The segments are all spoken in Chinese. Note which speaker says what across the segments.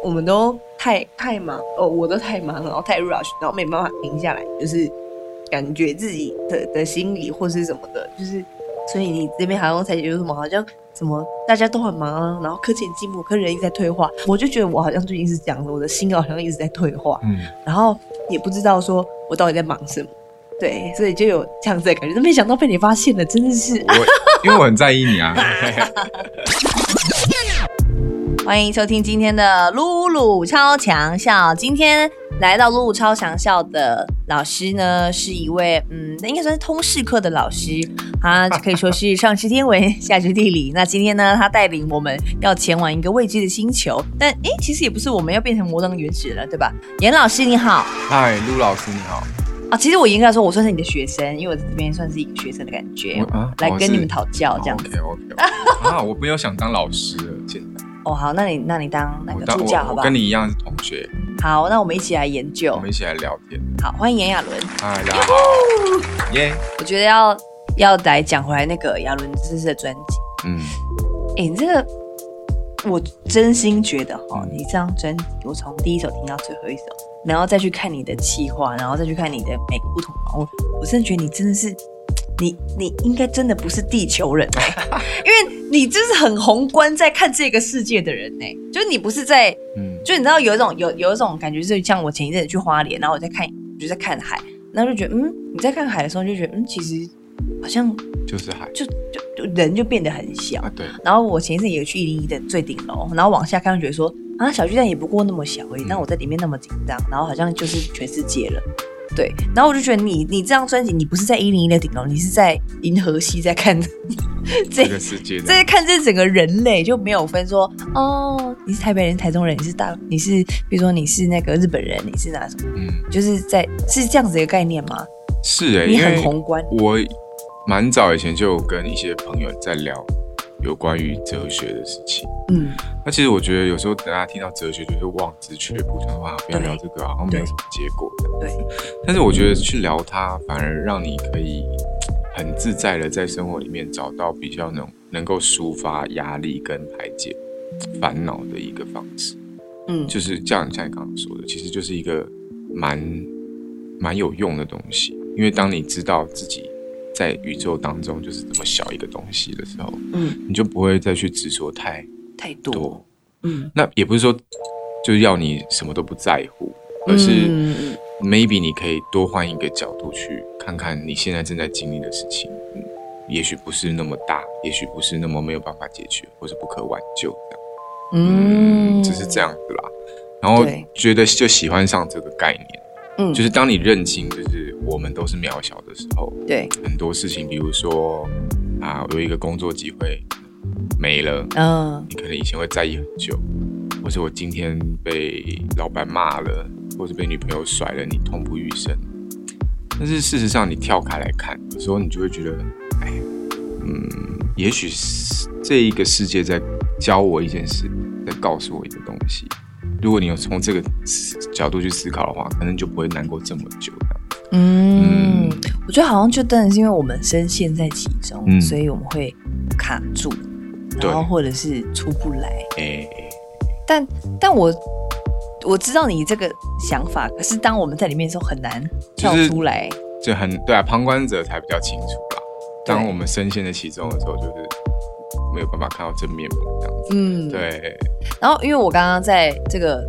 Speaker 1: 我们都太太忙，哦，我都太忙，然后太 rush，然后没办法停下来，就是感觉自己的的心理或是什么的，就是所以你这边好像才有什么好像什么大家都很忙啊，然后科技很进步，可人一直在退化，我就觉得我好像最近是这样的，我的心好像一直在退化，
Speaker 2: 嗯，
Speaker 1: 然后也不知道说我到底在忙什么。对，所以就有这样子的感觉，但没想到被你发现了，真的是啊
Speaker 2: 我因为我很在 意你啊。
Speaker 3: 欢迎收听今天的露露超强笑。今天来到露露超强笑的老师呢，是一位嗯，那应该算是通识课的老师，他可以说是上知天文，下知地理。那今天呢，他带领我们要前往一个未知的星球，但诶，其实也不是我们要变成魔当原始人了，对吧？严老师你好
Speaker 2: 嗨，陆老师你好。
Speaker 3: 啊，其实我严格来说，我算是你的学生，因为我在这边算是一个学生的感觉，
Speaker 2: 我啊
Speaker 3: 来
Speaker 2: 哦
Speaker 3: 跟你们
Speaker 2: 是
Speaker 3: 讨教这样子。
Speaker 2: OK OK。啊，我没有想当老师了，姐
Speaker 3: 哦，好，那你那你当那
Speaker 2: 我
Speaker 3: 个
Speaker 2: 当
Speaker 3: 助教好哦
Speaker 2: 我
Speaker 3: 不
Speaker 2: 我
Speaker 3: 好
Speaker 2: 跟？你一样是同学，
Speaker 3: 好，那我们一起来研
Speaker 2: 我
Speaker 3: 究
Speaker 2: 们。一起来聊天。
Speaker 3: 好，欢迎炎亚纶。
Speaker 2: 嗨，大家好。耶。
Speaker 3: 我觉得要要来讲回来那个亚伦知识的专辑，
Speaker 2: 嗯，
Speaker 3: 哎、你这个我真心觉得哦，
Speaker 2: 嗯
Speaker 3: 你这张专辑，我从第一首听到最后一首，然后再去看你的企划，然后再去看你的每个不同访问，我真的觉得你真的是。你你应该真的不是地球人、欸，因为你就是很宏观在看这个世界的人呢、欸就是你不是在
Speaker 2: 嗯，
Speaker 3: 就你知道有一种有有一种感觉，就是像我前一阵子去花莲，然后我在看，我就在看海，然后就觉得，嗯，你在看海的时候就觉得，嗯，其实好像
Speaker 2: 就是海
Speaker 3: 就就就人就变得很小
Speaker 2: 啊。，对，
Speaker 3: 然后我前一阵也有去一零一的最顶楼，然后往下看，就觉得说啊，小巨蛋也不过那么小而已，
Speaker 2: 嗯
Speaker 3: 那我在里面那么紧张，然后好像就是全世界了。对，然后我就觉得你你这张专辑，你不是在一零一的顶楼，你是在银河系在看这
Speaker 2: 这个世界的
Speaker 3: 在看这整个人类就没有分说哦，你是台北人、台中人，你是大，你是比如说你是那个日本人，你是哪什么，
Speaker 2: 嗯
Speaker 3: 就是在是这样子一个概念吗？
Speaker 2: 是哎，
Speaker 3: 你
Speaker 2: 因为
Speaker 3: 很宏观
Speaker 2: 我蛮早以前就有跟一些朋友在聊有关于哲学的事情。
Speaker 3: 嗯，
Speaker 2: 那其实我觉得有时候大家听到哲学就是望之却步，想说啊不要
Speaker 3: 嗯对
Speaker 2: 聊这个，好像没有什么结果。
Speaker 3: 对，
Speaker 2: 但是我觉得去聊它，反而让你可以嘖很自在的在生活里面找到比较能能够抒发压力跟排解烦恼的一个方式。
Speaker 3: 嗯
Speaker 2: 就是这样，像你刚刚说的，其实就是一个蛮蛮有用的东西，因为当你知道自己在宇宙当中就是这么小一个东西的时候，
Speaker 3: 嗯，
Speaker 2: 你就不会再去执着太
Speaker 3: 太
Speaker 2: 多
Speaker 3: 多，。嗯，
Speaker 2: 那也不是说就是要你什么都不在乎，而是
Speaker 3: 嗯嗯
Speaker 2: maybe 你可以多换一个角度去看看你现在正在经历的事情，嗯也许不是那么大，也许不是那么没有办法解决，或是不可挽救的。
Speaker 3: 嗯，
Speaker 2: 只是这，样子啦。然后
Speaker 3: 对
Speaker 2: 觉得就喜欢上这个概念，
Speaker 3: 嗯，
Speaker 2: 就是是当你认清就是我们都是渺小的时候，
Speaker 3: 对，
Speaker 2: 很多事情，比如说啊，有一个工作机会没了，
Speaker 3: 嗯
Speaker 2: 你可能以前会在意很久，或是我今天被老板骂了，或是被女朋友甩了，你痛不欲生。但是事实上，你跳开来看，有时候你就会觉得，哎，嗯，也许是这一个世界在教我一件事，在告诉我一个东西。如果你有从这个思角度去思考的话，可能就不会难过这么久。
Speaker 3: 嗯
Speaker 2: 嗯，
Speaker 3: 我觉得好像就真的是因为我们深陷在其中，
Speaker 2: 嗯
Speaker 3: 所以我们会卡住，
Speaker 2: 对
Speaker 3: 然后或者是出不来。
Speaker 2: 哎，
Speaker 3: 但但我我知道你这个想法，可是当我们在里面的时候很难跳
Speaker 2: 就是
Speaker 3: 出来。
Speaker 2: 这很对啊，旁观者才比较清楚啦。当
Speaker 3: 对
Speaker 2: 我们深陷在其中的时候，就是没有办法看到正面目这样子。
Speaker 3: 嗯，。
Speaker 2: 对，
Speaker 3: 然后因为我刚刚在这个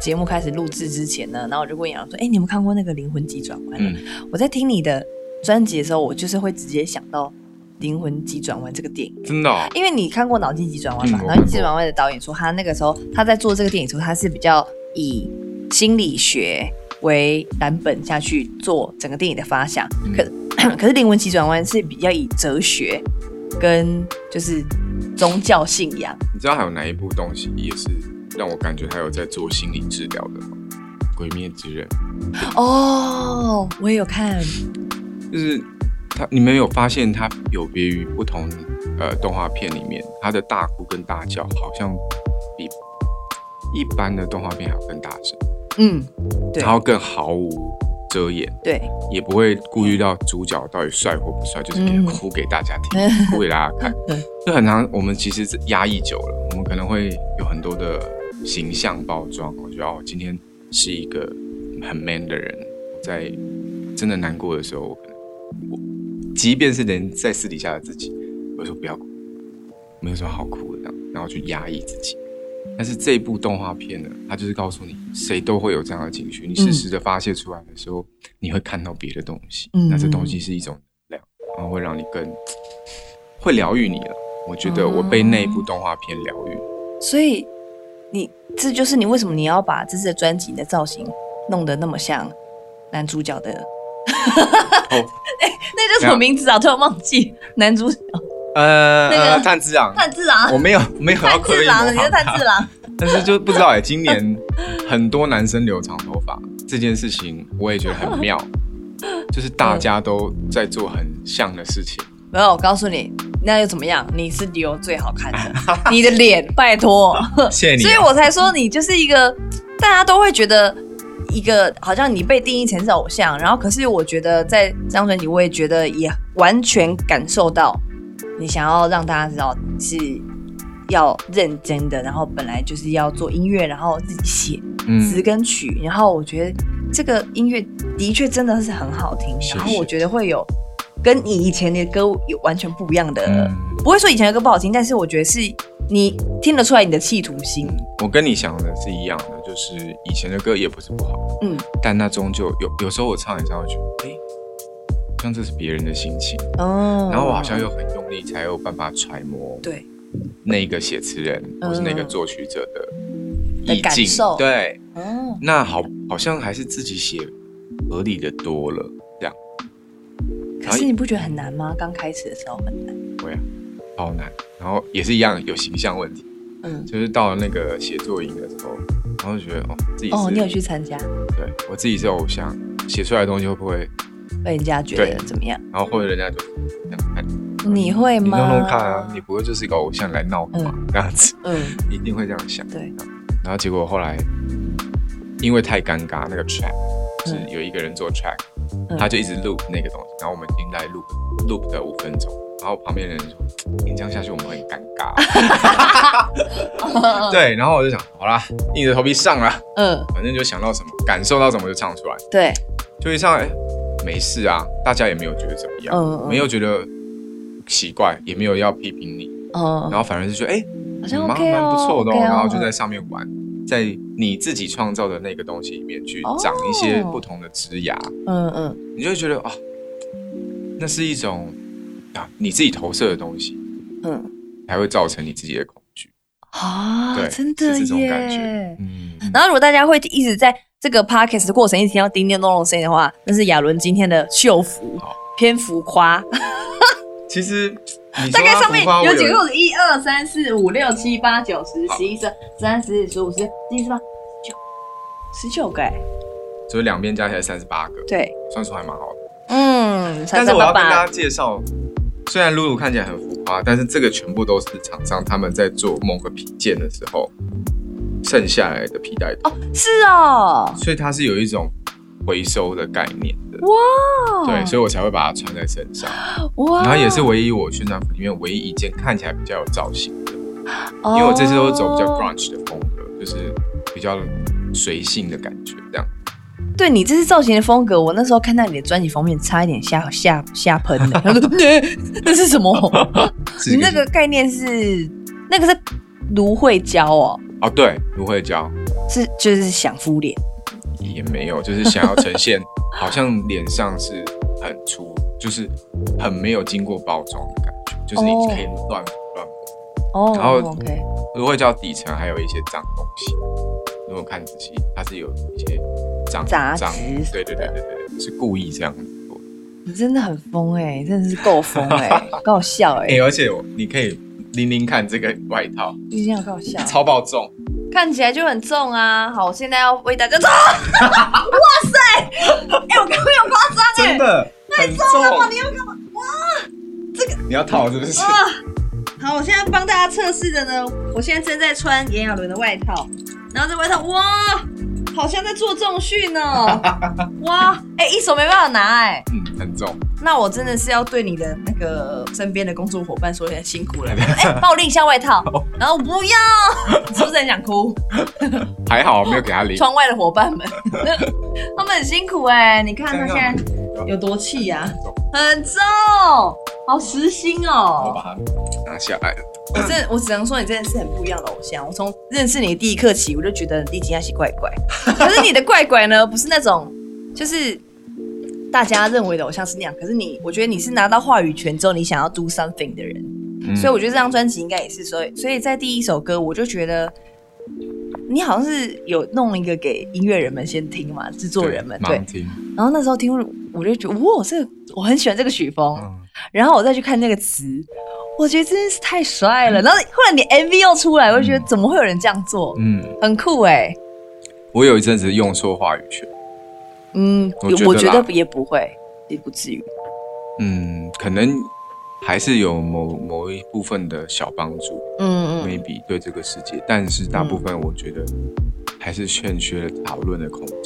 Speaker 3: 节目开始录制之前呢，然后我就问杨说：“哎、你们看过那个《灵魂急转
Speaker 2: 嗯
Speaker 3: 弯》吗？”我在听你的专辑的时候，我就是会直接想到。灵魂急转弯这个电影，
Speaker 2: 真的、哦，
Speaker 3: 因为你看过《脑筋急转弯》嘛，
Speaker 2: 嗯
Speaker 3: 然后
Speaker 2: 我
Speaker 3: 《
Speaker 2: 看过
Speaker 3: 脑筋急转弯》的导演说，他那个时候他在做这个电影的时候，他是比较以心理学为蓝本下去做整个电影的发想。
Speaker 2: 嗯
Speaker 3: 可 可是《灵魂急转弯》是比较以哲学跟就是宗教信仰
Speaker 2: 你知道还有哪一部东西也是让我感觉他有在做心理治疗的吗？《鬼灭之刃
Speaker 3: 哦，我也有看，》
Speaker 2: 就是他，你们有发现它有别于不同呃动画片里面，它的大哭跟大叫好像比一般的动画片还要更大声，
Speaker 3: 嗯，对
Speaker 2: 然后更毫无遮掩。
Speaker 3: 对，
Speaker 2: 也不会顾虑到主角到底帅或不帅，就是给
Speaker 3: 嗯
Speaker 2: 他哭给大家听，哭给大家看
Speaker 3: 对。
Speaker 2: 就很常我们其实是压抑久了，我们可能会有很多的形象包装。我觉得哦，今天是一个很 man 的人，我在真的难过的时候，我可能我即便是连在私底下的自己，我说不要哭，没有什么好哭的这样，然后去压抑自己。但是这一部动画片呢，它就是告诉你，谁都会有这样的情绪，你适时的发泄出来的时候，你会看到别的东西，
Speaker 3: 嗯
Speaker 2: 那这东西是一种能量，然后会让你更会疗愈你了。我觉
Speaker 3: 哦
Speaker 2: 得我被那一部动画片疗 愈。
Speaker 3: 所以你这就是你为什么你要把这次的专辑你的造型弄得那么像男主角的，
Speaker 2: 哦，
Speaker 3: 那个叫什么名字啊？突然忘记男主角
Speaker 2: 呃，
Speaker 3: 那个
Speaker 2: 呃炭治郎，
Speaker 3: 炭治郎，
Speaker 2: 我没有没有要
Speaker 3: 炭
Speaker 2: 刻
Speaker 3: 治
Speaker 2: 意
Speaker 3: 郎，
Speaker 2: 模
Speaker 3: 你是
Speaker 2: 仿
Speaker 3: 炭治
Speaker 2: 他，
Speaker 3: 郎，
Speaker 2: 但是就不知道哎、今年很多男生留长头发这件事情，我也觉得 很妙，就是大家都在做很像的事 情。
Speaker 3: 没有，我告诉你，那又怎么样？你是留最好看 的，你的脸，拜托。
Speaker 2: 谢谢你、
Speaker 3: 所以
Speaker 2: 啊，
Speaker 3: 我才说你就是一个，大家都会觉得一个好像你被定义成是偶像，然后可是我觉得在这张专辑，我也觉得也完全感受到你想要让大家知道是要认真的，然后本来就是要做音乐，然后自己写词
Speaker 2: 嗯，
Speaker 3: 跟曲，然后我觉得这个音乐的确真的是很好听，
Speaker 2: 谢谢
Speaker 3: 然后我觉得会有跟你以前的歌有完全不一样的，
Speaker 2: 嗯
Speaker 3: 不会说以前的歌不好听，但是我觉得是你听得出来你的企图心，
Speaker 2: 嗯我跟你想的是一样的，就是以前的歌也不是不好，
Speaker 3: 嗯
Speaker 2: 但那终究有有时候我唱一唱，我觉得哎，诶好像这是别人的心情，
Speaker 3: 哦，
Speaker 2: 然后我好像又很用力，才有办法揣摩
Speaker 3: 对嗯
Speaker 2: 那个写词人或是那个作曲者的
Speaker 3: 的
Speaker 2: 意
Speaker 3: 感
Speaker 2: 境
Speaker 3: 受，
Speaker 2: 对，
Speaker 3: 哦，
Speaker 2: 那好，好像还是自己写合理的多了，这样
Speaker 3: 可是你不觉得很难吗？刚开始的时候很难，
Speaker 2: 会啊，超难。然后也是一样有形象问题，
Speaker 3: 嗯，
Speaker 2: 就是到了那个写作营的时候，然后就觉得哦，自己是
Speaker 3: 哦，你有去参加，
Speaker 2: 对我自己是偶像，写出来的东西会不会，
Speaker 3: 被人家觉得怎么样？
Speaker 2: 然后或者人家就这样看，
Speaker 3: 你会
Speaker 2: 你
Speaker 3: 吗？
Speaker 2: 弄弄看啊，你不会就是一个偶像来闹的嘛，这样子
Speaker 3: 嗯，
Speaker 2: 一定会这样想。
Speaker 3: 对，
Speaker 2: 然后结果后来因为太尴尬，那个 track 就是有一个人做 track，、
Speaker 3: 嗯
Speaker 2: 他就一直 loop 那个东西，然后我们已经在 loop loop 了五分钟，然后旁边的人说：“你这样下去我们会很尴 尬。”对，然后我就想，好啦，硬着头皮上啦，
Speaker 3: 嗯，
Speaker 2: 反正就想到什么，感受到什么就唱出来，
Speaker 3: 对，
Speaker 2: 就一上来、哎没事啊，大家也没有觉得怎么样，
Speaker 3: 嗯嗯
Speaker 2: 没有觉得奇怪，也没有要批评你，
Speaker 3: 嗯，
Speaker 2: 然后反而是觉得哎。
Speaker 3: 好像
Speaker 2: 蛮
Speaker 3: OK
Speaker 2: 蛮
Speaker 3: 哦，
Speaker 2: 不错的、
Speaker 3: OK 哦
Speaker 2: 然后就在上面玩，在你自己创造的那个东西里面去长一些
Speaker 3: 哦
Speaker 2: 不同的枝芽，
Speaker 3: 嗯嗯
Speaker 2: 你就会觉得啊，那是一种啊你自己投射的东西，
Speaker 3: 嗯，
Speaker 2: 才会造成你自己的恐惧。
Speaker 3: 啊，
Speaker 2: 对，
Speaker 3: 真的
Speaker 2: 是这种感觉
Speaker 3: 耶。。
Speaker 2: 嗯，
Speaker 3: 然后如果大家会一直在这个 podcast 的过程一直听到叮叮咚咚的声音的话，那是亚伦今天的秀服
Speaker 2: 好
Speaker 3: 篇幅夸，
Speaker 2: 其实你
Speaker 3: 大
Speaker 2: 说
Speaker 3: 概
Speaker 2: 它
Speaker 3: 上面
Speaker 2: 浮夸我
Speaker 3: 有几
Speaker 2: 有
Speaker 3: 个？一二三四五六七八九十
Speaker 2: 好
Speaker 3: 十一十二十三十四十五十六十七十八十九十九个哎，
Speaker 2: 所以两边加起来三十八个，
Speaker 3: 对，
Speaker 2: 算数还蛮好的。
Speaker 3: 嗯，
Speaker 2: 但
Speaker 3: 三
Speaker 2: 是
Speaker 3: 三
Speaker 2: 我要
Speaker 3: 八
Speaker 2: 跟大
Speaker 3: 八
Speaker 2: 家，介绍，虽然露露看起来很浮夸，但是这个全部都是厂商他们在做某个皮件的时候剩下来的皮带头。
Speaker 3: 是哦，
Speaker 2: 所以它是有一种回收的概念的。
Speaker 3: 哇，
Speaker 2: 对，所以我才会把它穿在身上，
Speaker 3: 哇，
Speaker 2: 然后也是唯一我宣传服里面唯一一件看起来比较有造型，因为我这次都是走比较
Speaker 3: 哦
Speaker 2: grunge 的风格，就是比较随性的感觉这样。
Speaker 3: 对你这次造型的风格，我那时候看到你的专辑封面，差一点吓吓吓喷 的。他说：“对，那是什么？
Speaker 2: 是
Speaker 3: 你
Speaker 2: 一
Speaker 3: 那个概念是那个是芦荟胶哦，
Speaker 2: 哦，对，芦荟胶
Speaker 3: 是就是想敷脸。
Speaker 2: 也没有，就是想要呈现 好像脸上是很粗，就是很没有经过包装的感觉，就是你
Speaker 3: 哦
Speaker 2: 可以乱乱摸。
Speaker 3: 哦，
Speaker 2: 然后
Speaker 3: OK，
Speaker 2: 芦荟胶底层还有一些脏东西，如果看仔细，它是有一些脏
Speaker 3: 杂
Speaker 2: 脏
Speaker 3: 质
Speaker 2: 对对对对对，是故意这样子做的。
Speaker 3: 你真的很疯哎、真的是够疯 哎，搞笑哎、
Speaker 2: 哎、而且我你可以拎拎看这个外套，
Speaker 3: 一定要搞笑，
Speaker 2: 超爆重，
Speaker 3: 看起来就很重啊。好，我现在要为大 家走。哇塞，哎、我刚刚有夸张哎、
Speaker 2: 真的很重。哦
Speaker 3: 哇你要干嘛？
Speaker 2: 你要套是不是？
Speaker 3: 哇！哦好，我现在帮大家测试的呢，我现在正在穿炎亚纶的外套，然后这外套哇， 好像在做重训哦，哇，哎、一手没办法拿哎、
Speaker 2: 嗯，很重。
Speaker 3: 那我真的是要对你的那个身边的工作伙伴说一声辛 苦了。哎、帮我拎一下外套，然后我不要，你是不是很想 哭？
Speaker 2: 还好没有给他领。
Speaker 3: 窗外的伙伴们， 他们很辛苦哎、你看他
Speaker 2: 这
Speaker 3: 现
Speaker 2: 样
Speaker 3: 在有多气呀、
Speaker 2: 走
Speaker 3: 很重，好实心
Speaker 2: 我
Speaker 3: 哦。
Speaker 2: 把它拿下来了。
Speaker 3: 我真的，我只能说你真的是很不一样的偶像。我从认识你第一刻起，我就觉得你金亚喜怪怪，可是你的怪怪呢，不是那种就是大家认为的偶像是那样，可是你，我觉得你是拿到话语权之后，你想要 do something 的人。
Speaker 2: 嗯
Speaker 3: 所以我觉得这张专辑应该也是所以，所以在第一首歌我就觉得你好像是有弄一个给音乐人们先听嘛，制作人们对
Speaker 2: 盲。听，
Speaker 3: 然后那时候听，我就觉得哇，这个我很喜欢这个曲风。
Speaker 2: 嗯，
Speaker 3: 然后我再去看那个词，我觉得真是太帅了。然后后来你 MV 又出来，我就觉得怎么会有人这样做，
Speaker 2: 嗯，
Speaker 3: 很酷哎、
Speaker 2: 我有一阵子用错话语权，
Speaker 3: 嗯，
Speaker 2: 我觉得啦
Speaker 3: 我觉得也不会，也不至于。
Speaker 2: 嗯，可能还是有某某一部分的小帮助、
Speaker 3: 嗯
Speaker 2: m a y b e 对这个世界，但是大部分我觉得还是欠缺了讨论的空间。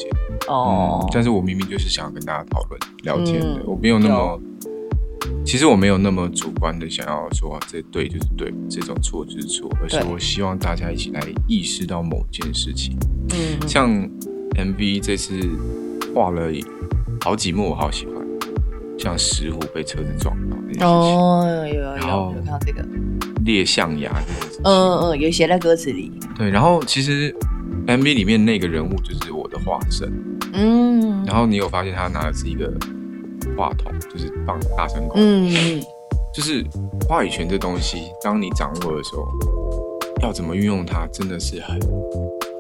Speaker 3: 哦
Speaker 2: 嗯，但是我明明就是想要跟大家讨论、聊天的，
Speaker 3: 嗯
Speaker 2: 我没有那么，其实我没有那么主观的想要说啊这对就是对，这种错就是错，而是
Speaker 3: 对
Speaker 2: 我希望大家一起来意识到某件事情。
Speaker 3: 嗯嗯
Speaker 2: 像 MV 这次画了好几幕，我好喜欢，像石虎被车子撞到那件事情，
Speaker 3: 哦，有有有，
Speaker 2: 然后
Speaker 3: 有看到这个，
Speaker 2: 裂象牙那件事情，
Speaker 3: 嗯嗯，有写在歌词里，
Speaker 2: 对。然后其实 MV 里面那个人物就是我的化身，
Speaker 3: 嗯
Speaker 2: 然后你有发现他拿的是一个话筒，就是放大声公，
Speaker 3: 嗯嗯
Speaker 2: 就是话语权这东西，当你掌握的时候，要怎么运用它，真的是很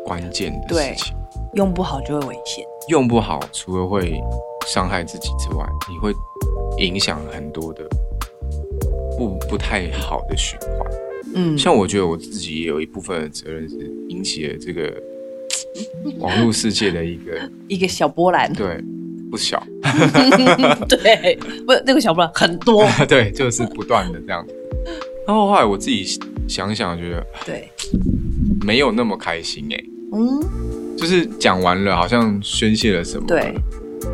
Speaker 2: 关键的
Speaker 3: 对
Speaker 2: 事情。
Speaker 3: 用不好就会危险，
Speaker 2: 用不好，除了会伤害自己之外，你会影响很多的不不太好的循环。
Speaker 3: 嗯，
Speaker 2: 像我觉得我自己也有一部分的责任是引起了这 个网络世界的一个
Speaker 3: 一个小波 澜，
Speaker 2: 对不小
Speaker 3: 对，不，那个小波澜很多，
Speaker 2: 对，就是不断的这样。然后后来我自己想想，觉得
Speaker 3: 对，
Speaker 2: 没有那么开心哎、
Speaker 3: 嗯，
Speaker 2: 就是讲完了，好像宣泄了什么，
Speaker 3: 对，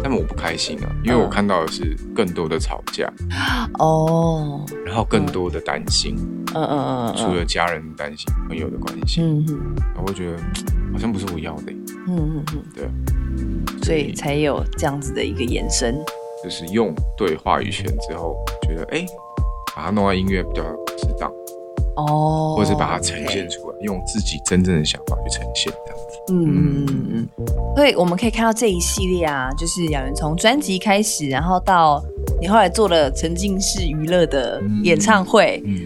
Speaker 2: 但我不开心啊，因为我
Speaker 3: 嗯
Speaker 2: 看到的是更多的吵架，
Speaker 3: 哦，
Speaker 2: 然后更多的担心，
Speaker 3: 嗯嗯嗯
Speaker 2: 除了家人的担心、朋友的关心，
Speaker 3: 嗯嗯
Speaker 2: 我会觉得嘖好像不是我要的，欸
Speaker 3: 嗯嗯嗯，
Speaker 2: 对，
Speaker 3: 所以才有这样子的一个延伸，
Speaker 2: 就是用对话语权之后，觉得哎、诶把它弄到音乐比较适当，
Speaker 3: 哦，
Speaker 2: 或者是把它呈现出来，用自己真正的想法去呈现这样子。
Speaker 3: 嗯嗯嗯嗯，所以我们可以看到这一系列啊，就是雅云从专辑开始，然后到你后来做了沉浸式娱乐的演唱会，
Speaker 2: 嗯，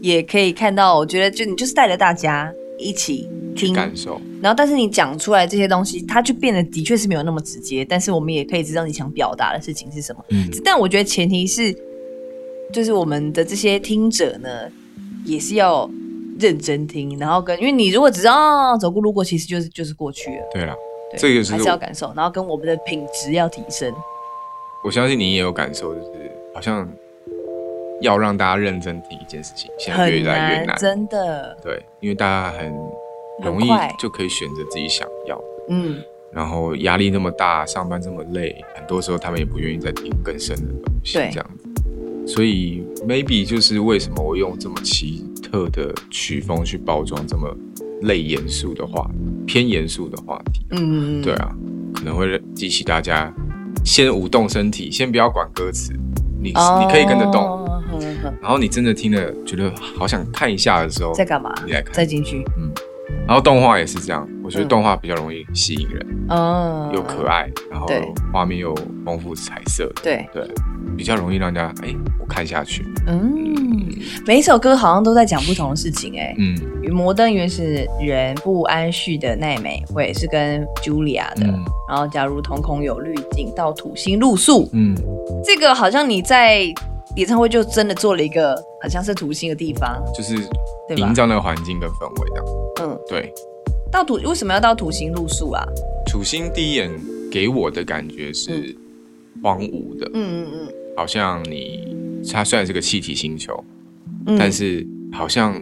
Speaker 3: 也可以看到，我觉得就你就是带着大家一起听，
Speaker 2: 感受，
Speaker 3: 然后但是你讲出来这些东西，它就变得的确是没有那么直接，但是我们也可以知道你想表达的事情是什么。
Speaker 2: 嗯，
Speaker 3: 但我觉得前提是，就是我们的这些听者呢，也是要认真听，然后跟因为你如果只是啊走过路过，其实就是就是过去了，
Speaker 2: 对了，
Speaker 3: 对
Speaker 2: 这个就是
Speaker 3: 还是要
Speaker 2: 我
Speaker 3: 感受，然后跟我们的品质要提升，
Speaker 2: 我相信你也有感受，就是好像要让大家认真听一件事情，现在
Speaker 3: 很
Speaker 2: 越来越
Speaker 3: 难，
Speaker 2: 难。
Speaker 3: 真的，
Speaker 2: 对，因为大家很容
Speaker 3: 很
Speaker 2: 易
Speaker 3: 快
Speaker 2: 就可以选择自己想要，
Speaker 3: 嗯，
Speaker 2: 然后压力那么大，上班这么累，很多时候他们也不愿意再听更深的东西，
Speaker 3: 对
Speaker 2: 这样子。所以 maybe 就是为什么我用这么奇特的曲风去包装这么类严肃的话，偏严肃的话题。
Speaker 3: 嗯，
Speaker 2: 对，啊，可能会激起大家先舞动身体，先不要管歌词，你、你可以跟着动，
Speaker 3: 哦，哼哼哼
Speaker 2: 然后你真的听了觉得好想看一下的时候，
Speaker 3: 在干嘛？
Speaker 2: 你来看
Speaker 3: 再进去，
Speaker 2: 然后动画也是这样，我觉得
Speaker 3: 嗯
Speaker 2: 动画比较容易吸引人，
Speaker 3: 嗯，
Speaker 2: 又可，爱，然后
Speaker 3: 对
Speaker 2: 画面又丰富彩色，
Speaker 3: 对，
Speaker 2: 对，比较容易让人家哎、我看下去，
Speaker 3: 嗯，每一首歌好像都在讲不同的事情、哎，
Speaker 2: 嗯
Speaker 3: 摩登原始人不安绪的奈美惠是跟 Julia 的，
Speaker 2: 嗯
Speaker 3: 然后假如瞳孔有滤镜到土星露宿，
Speaker 2: 嗯，
Speaker 3: 这个好像你在演唱会就真的做了一个很像是土星的地方，
Speaker 2: 就是
Speaker 3: 对吧
Speaker 2: 营？造那个环境跟氛围这样，
Speaker 3: 嗯，
Speaker 2: 对，
Speaker 3: 到土为什么要到土星露宿啊？
Speaker 2: 土星第一眼给我的感觉是荒芜的，
Speaker 3: 嗯嗯
Speaker 2: 好像你它虽然是个气体星球，
Speaker 3: 嗯，
Speaker 2: 但是好像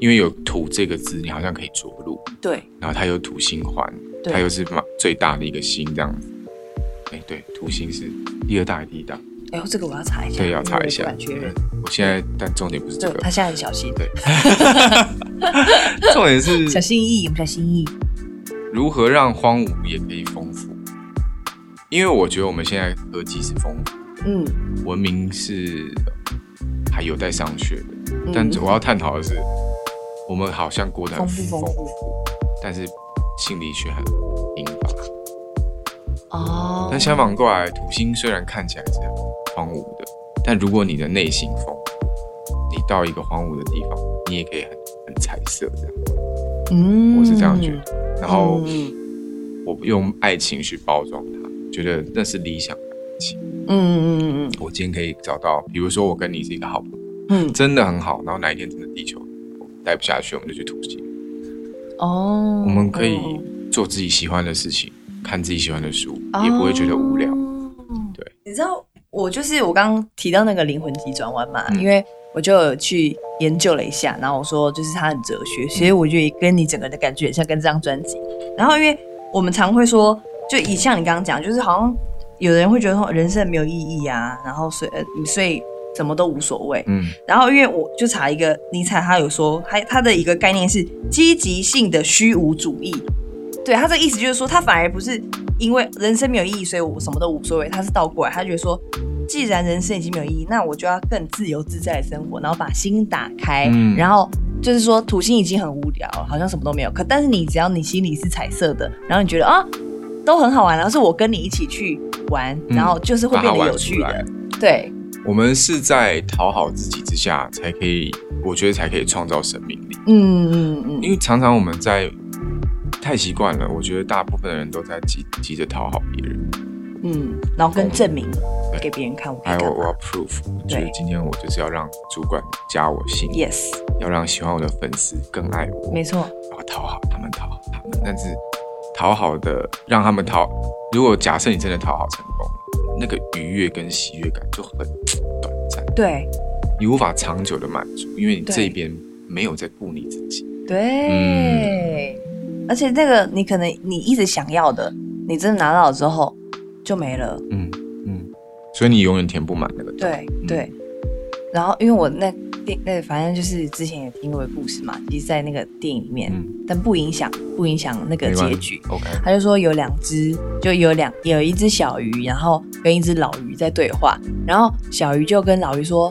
Speaker 2: 因为有土这个字，你好像可以着陆，
Speaker 3: 嗯对
Speaker 2: 然后它有土星环，
Speaker 3: 对
Speaker 2: 它又是嘛最大的一个星这样子。哎，对，土星是第二大还是第一大？
Speaker 3: 哎呦，这个我要查一下，
Speaker 2: 对，要查一
Speaker 3: 因为
Speaker 2: 下
Speaker 3: 我不敢确。认。
Speaker 2: 嗯我现在，但重点不是这
Speaker 3: 对，
Speaker 2: 个
Speaker 3: 他，现在很小心，
Speaker 2: 对，重 点是
Speaker 3: 小心翼翼，我们小心翼翼。
Speaker 2: 如何让荒芜也可以丰富。因为我觉得我们现在科技是丰富，
Speaker 1: 嗯，
Speaker 2: 文明是还有待商榷的。
Speaker 1: 嗯
Speaker 2: 但我要探讨的是，我们好像过得很
Speaker 3: 丰富丰富
Speaker 2: 但是心理学很贫乏。
Speaker 3: 哦
Speaker 2: 但相反过来，土星虽然看起来是很荒芜的，但如果你的内心丰富，你到一个荒芜的地方，你也可以很很彩色这样。
Speaker 3: 嗯
Speaker 2: 我是这样觉得。然后
Speaker 1: 嗯
Speaker 2: 我用爱情去包装它，觉得那是理想的爱情。
Speaker 1: 嗯嗯嗯
Speaker 2: 我今天可以找到，比如说我跟你是一个好朋友，
Speaker 1: 嗯
Speaker 2: 真的很好。然后哪一天真的地球我们待不下去，我们就去土星。
Speaker 3: 哦，
Speaker 2: 我们可以
Speaker 3: 哦
Speaker 2: 做自己喜欢的事情，看自己喜欢的书，也不会觉得无聊。
Speaker 3: 哦
Speaker 2: 对，
Speaker 3: 你知道我就是我刚刚提到那个灵魂急转弯嘛，
Speaker 2: 嗯
Speaker 3: 因为我就有去研究了一下，然后我说就是它很哲
Speaker 2: 嗯
Speaker 3: 学，所以我觉得跟你整个的感觉很像跟这张专辑。然后因为我们常会说，就以像你刚刚讲，就是好像有人会觉得说人生没有意义啊，然后所以、呃所以什么都无所谓。
Speaker 2: 嗯
Speaker 3: 然后因为我就查一个尼采，他有说，他他的一个概念是积极性的虚无主义。对他这个意思就是说，他反而不是因为人生没有意义，所以我什么都无所谓。他是倒过来，他觉得说，既然人生已经没有意义，那我就要更自由自在的生活，然后把心打开，
Speaker 2: 嗯
Speaker 3: 然后就是说土星已经很无聊了，好像什么都没有。可但是你只要你心里是彩色的，然后你觉得啊都很好玩，然后是我跟你一起去玩，
Speaker 2: 嗯
Speaker 3: 然后就是会
Speaker 2: 把它
Speaker 3: 变得
Speaker 2: 玩
Speaker 3: 有趣
Speaker 2: 出来
Speaker 3: 的。对，
Speaker 2: 我们是在讨好自己之下，才可以，我觉得才可以创造生命力。
Speaker 3: 嗯嗯
Speaker 2: 因为常常我们在太习惯了，我觉得大部分的人都在急急着讨好别人。
Speaker 3: 嗯，然后跟证明
Speaker 2: 对
Speaker 3: 给别人看我可以
Speaker 2: 还有
Speaker 3: 干
Speaker 2: 哎我
Speaker 3: 嘛
Speaker 2: 要 proof，就
Speaker 3: 对
Speaker 2: 是今天我就是要让主管加我薪，
Speaker 3: Yes，
Speaker 2: 要让喜欢我的粉丝更爱我，
Speaker 3: 没错，
Speaker 2: 然后讨好他们，讨好他们，但是讨好的让他们讨，如果假设你真的讨好成功，那个愉悦跟喜悦感就很短暂，
Speaker 3: 对
Speaker 2: 你无法长久的满足，因为你
Speaker 3: 对
Speaker 2: 这边没有在顾你自己。
Speaker 3: 对，而且那个你可能你一直想要的，你真的拿到了之后就没了，
Speaker 2: 嗯嗯，所以你永远填不满那个洞。
Speaker 3: 对对。然后因为我那电那反正就是之前也听过一个故事嘛，其实，在那个电影里面，
Speaker 2: 嗯
Speaker 3: 但不影响不影响那个
Speaker 2: 没关
Speaker 3: 结
Speaker 2: 系
Speaker 3: 局。
Speaker 2: OK，
Speaker 3: 他就说有两只，就有两有一只小鱼，然后跟一只老鱼在对话，然后小鱼就跟老鱼说：“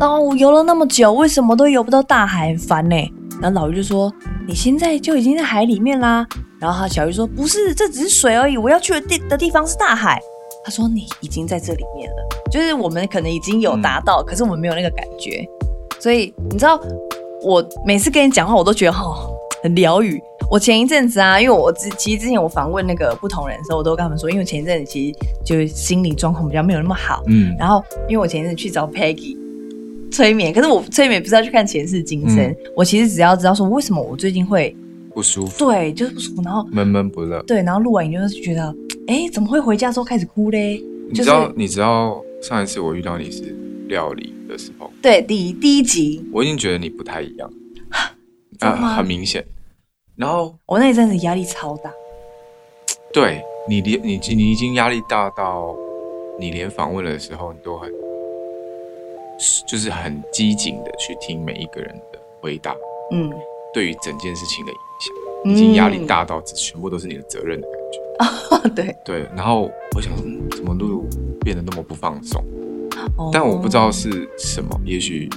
Speaker 3: 哦，我游了那么久，为什么都游不到大海，很烦呢、然后老鱼就说：“你现在就已经在海里面啦。”然后他小鱼说：“不是，这只是水而已，我要去的地的地方是大海。”他说：“你已经在这里面了，就是我们可能已经有达到，可是我们没有那个感觉。所以你知道，我每次跟你讲话，我都觉得哦，很疗愈。我前一阵子啊，因为我之其实之前我访问那个不同人的时候，我都跟他们说，因为我前一阵子其实就是心理状况比较没有那么好，
Speaker 2: 嗯
Speaker 3: 然后因为我前一阵子去找 Peggy 催眠，可是我催眠不是要去看前世今生，
Speaker 2: 嗯
Speaker 3: 我其实只要知道说为什么我最近会
Speaker 2: 不舒服，
Speaker 3: 对就是不舒服，然后
Speaker 2: 闷闷不乐。
Speaker 3: 对，然后录完影就是觉得，哎，怎么会回家之后开始哭嘞？
Speaker 2: 你
Speaker 3: 就是
Speaker 2: 知道，你知道上一次我遇到你是料理的时候，
Speaker 3: 对，第一第一集
Speaker 2: 我已经觉得你不太一样， 啊
Speaker 3: 真的吗
Speaker 2: 很明显。然后
Speaker 3: 我那一阵子压力超大，
Speaker 2: 对你连你你已经压力大到你连访问的时候，你都很就是很机警的去听每一个人的回答，
Speaker 3: 嗯，
Speaker 2: 对于整件事情的影响，已经压力大到只全部都是你的责任的感觉。
Speaker 3: 嗯，对，
Speaker 2: 对，然后我想说，嗯怎么露露变得那么不放松？
Speaker 3: 哦
Speaker 2: 但我不知道是什么，也许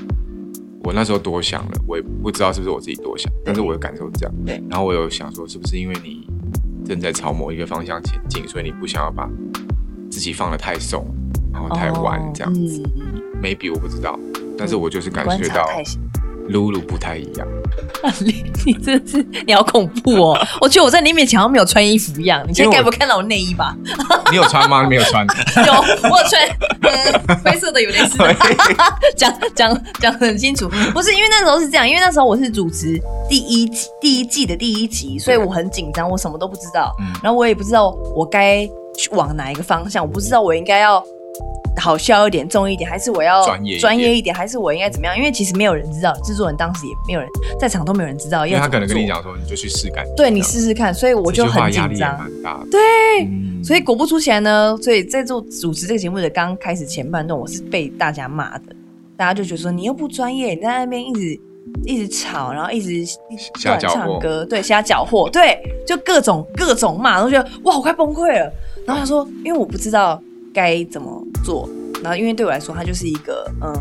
Speaker 2: 我那时候多想了，我也不知道是不是我自己多想，但是我的感受是这样。
Speaker 3: 对，
Speaker 2: 然后我有想说，是不是因为你正在朝某一个方向前进，所以你不想要把自己放得太松，然后太弯
Speaker 3: 哦
Speaker 2: 这样子、
Speaker 3: 嗯
Speaker 2: m a y b e 我不知道，但是我就是感
Speaker 3: 观
Speaker 2: 觉
Speaker 3: 察
Speaker 2: 到
Speaker 3: 太细
Speaker 2: 露露不太一样。
Speaker 3: 你你真的是你好恐怖哦！ 我觉得我在你面前好像没有穿衣服一样，你现在该不会看到我内衣吧？
Speaker 2: 你有穿吗？没 有穿。
Speaker 3: 有，我有穿、呃、灰色的有蕾丝 的。讲讲讲得很清楚，不是因为那时候是这样，因为那时候我是主持第一季第一季的第一集，所以我很紧张，我什么都不知道，
Speaker 2: 嗯
Speaker 3: 然后我也不知道我该去往哪一个方向，我不知道我应该要好笑一点、重一点，还是我要
Speaker 2: 专业一点
Speaker 3: 专业一点，还是我应该怎么样？因为其实没有人知道，制作人当时也没有人在场都没有人知道，
Speaker 2: 因为他
Speaker 3: 要
Speaker 2: 可能
Speaker 3: 怎
Speaker 2: 跟
Speaker 3: 么
Speaker 2: 你
Speaker 3: 做，
Speaker 2: 讲说，你就去试感觉这样，
Speaker 3: 对你试试看。所以我就
Speaker 2: 这句话
Speaker 3: 很紧
Speaker 2: 压力也
Speaker 3: 张，
Speaker 2: 蛮大的。
Speaker 3: 对。
Speaker 2: 嗯
Speaker 3: 所以果不出其然呢，所以在做主持这个节目的刚开始前半段，我是被大家骂的，大家就觉得说你又不专业，你在那边一直一直吵，然后一直
Speaker 2: 瞎
Speaker 3: 乱
Speaker 2: 搅和
Speaker 3: 唱歌，对，瞎搅和，对，就各种各种骂，然后觉得哇，我快崩溃了。然后他说，因为我不知道该怎么做，然后因为对我来说，它就是一个嗯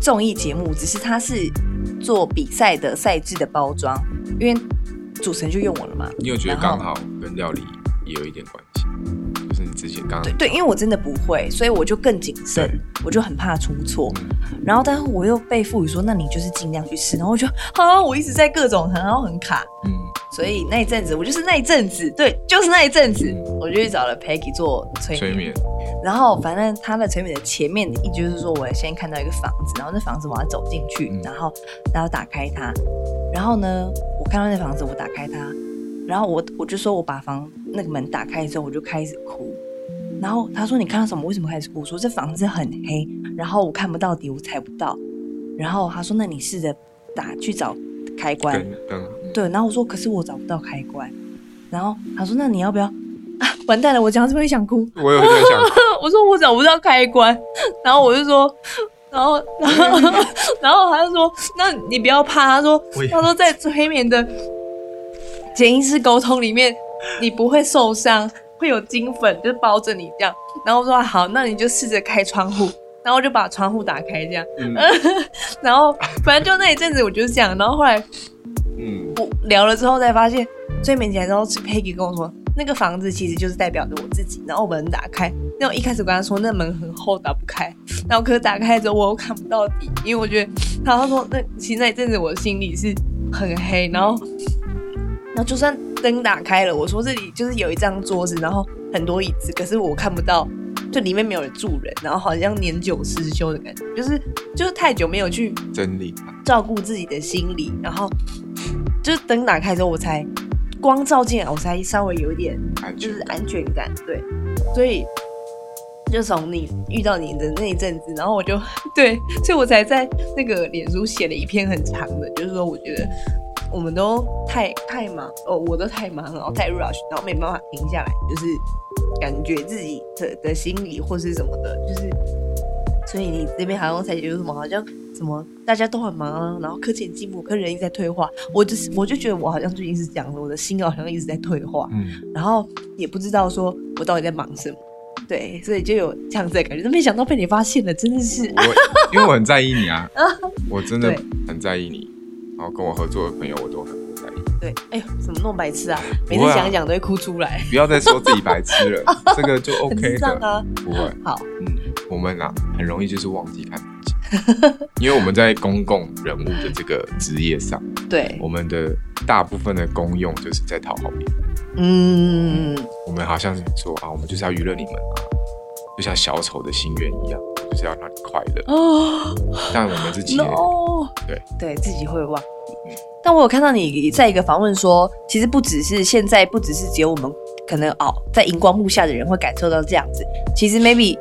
Speaker 3: 综艺节目，只是它是做比赛的赛制的包装，因为主持人就用我了嘛，
Speaker 2: 你有觉得
Speaker 3: 然后
Speaker 2: 刚好跟料理也有一点关系，就是你之前刚
Speaker 3: 对对，因为我真的不会，所以我就更谨慎
Speaker 2: 对，
Speaker 3: 我就很怕出错。然后，但是我又被赋予说，那你就是尽量去试。然后我就啊，我一直在各种很然后很卡，
Speaker 2: 嗯，
Speaker 3: 所以那一阵子我就是那一阵子，对，就是那一阵子
Speaker 2: 嗯，
Speaker 3: 我就去找了 Peggy 做催
Speaker 2: 催
Speaker 3: 眠。
Speaker 2: 眠
Speaker 3: 然后反正他的催眠的前面的一句就是说，我先看到一个房子，然后那房子我要走进去，
Speaker 2: 嗯
Speaker 3: 然后然后打开它，然后呢，我看到那房子，我打开它，然后我我就说我把房那个门打开之后，我就开始哭。然后他说你看到什么？为什么开始哭？我说这房子很黑，然后我看不到底，我踩不到。然后他说那你试着打去找开关，
Speaker 2: 跟跟
Speaker 3: 对，然后我说可是我找不到开关。然后他说那你要不要？啊，完蛋了，我讲到这边想哭。
Speaker 2: 我有在想，
Speaker 3: 我说我找不到开关，然后我就说，然后然后 然后他就说，那你不要怕，他说
Speaker 2: 我也
Speaker 3: 他说在催眠的潜意识沟通里面，你不会受伤，会有金粉就是包着你这样，然后我说啊好，那你就试着开窗户，然后我就把窗户打开这样，
Speaker 2: 嗯
Speaker 3: 然后反正就那一阵子我就是这样，然后后来
Speaker 2: 嗯，
Speaker 3: 我聊了之后才发现，最美起来之后是 Peggy 跟我说，那个房子其实就是代表着我自己。然后门打开，那我一开始跟他说那门很厚，打不开。然后可是打开之后我又看不到底，因为我觉得，然后他说那其实那一阵子我心里是很黑，然后。然后就算灯打开了，我说这里就是有一张桌子，然后很多椅子，可是我看不到，就里面没有人住人，然后好像年久失修的感觉，就是就是太久没有去
Speaker 2: 真理
Speaker 3: 照顾自己的心理，然后就是灯打开之后，我才光照进来，我才稍微有一点
Speaker 2: 安
Speaker 3: 就
Speaker 2: 全
Speaker 3: 是安全感，对，所以就从你遇到你的那一阵子，然后 我就对，所以我才在那个脸书写了一篇很长的，就是说我觉得我们都太太忙，
Speaker 1: 哦，我都太忙了，然后太 rush，然后没办法停下来，就是感觉自己的的心理或是什么的，就是，所以你这边好像才有什么好像什么大家都很忙啊，然后科技很进步，可是人一直在退化，我就是我就觉得我好像最近是这样的，我的心好像一直在退化，
Speaker 2: 嗯，
Speaker 1: 然后也不知道说我到底在忙什么，对，所以就有这样子的感觉，但没想到被你发现了，真的是
Speaker 2: 我因为我很在意你啊，我真的
Speaker 1: 对
Speaker 2: 很在意你，然后跟我合作的朋友我都很在意，
Speaker 1: 对，哎呦，怎么那么白痴啊，每
Speaker 2: 不
Speaker 1: 次
Speaker 2: 会啊
Speaker 1: 想一想都会哭出来，
Speaker 2: 不要再说自己白痴了，这个就
Speaker 1: 很
Speaker 2: OK
Speaker 1: 智障
Speaker 2: 的，
Speaker 1: 啊，
Speaker 2: 不会。
Speaker 1: 好，
Speaker 2: 嗯，我们啊，很容易就是忘记看自己，因为我们在公共人物的这个职业上，
Speaker 1: 对，
Speaker 2: 我们的大部分的功用就是在讨好别人。
Speaker 1: 嗯。
Speaker 2: 我们好像是说啊，我们就是要娱乐你们啊，就像小丑的心愿一样，就是要让你快乐。
Speaker 3: 哦
Speaker 2: 但我们自己也
Speaker 3: ，no，
Speaker 2: 对
Speaker 3: 对自己会忘记。但我有看到你在一个访问说，其实不只是现在，不只是只有我们可能哦，在荧光幕下的人会感受到这样子。其实 maybe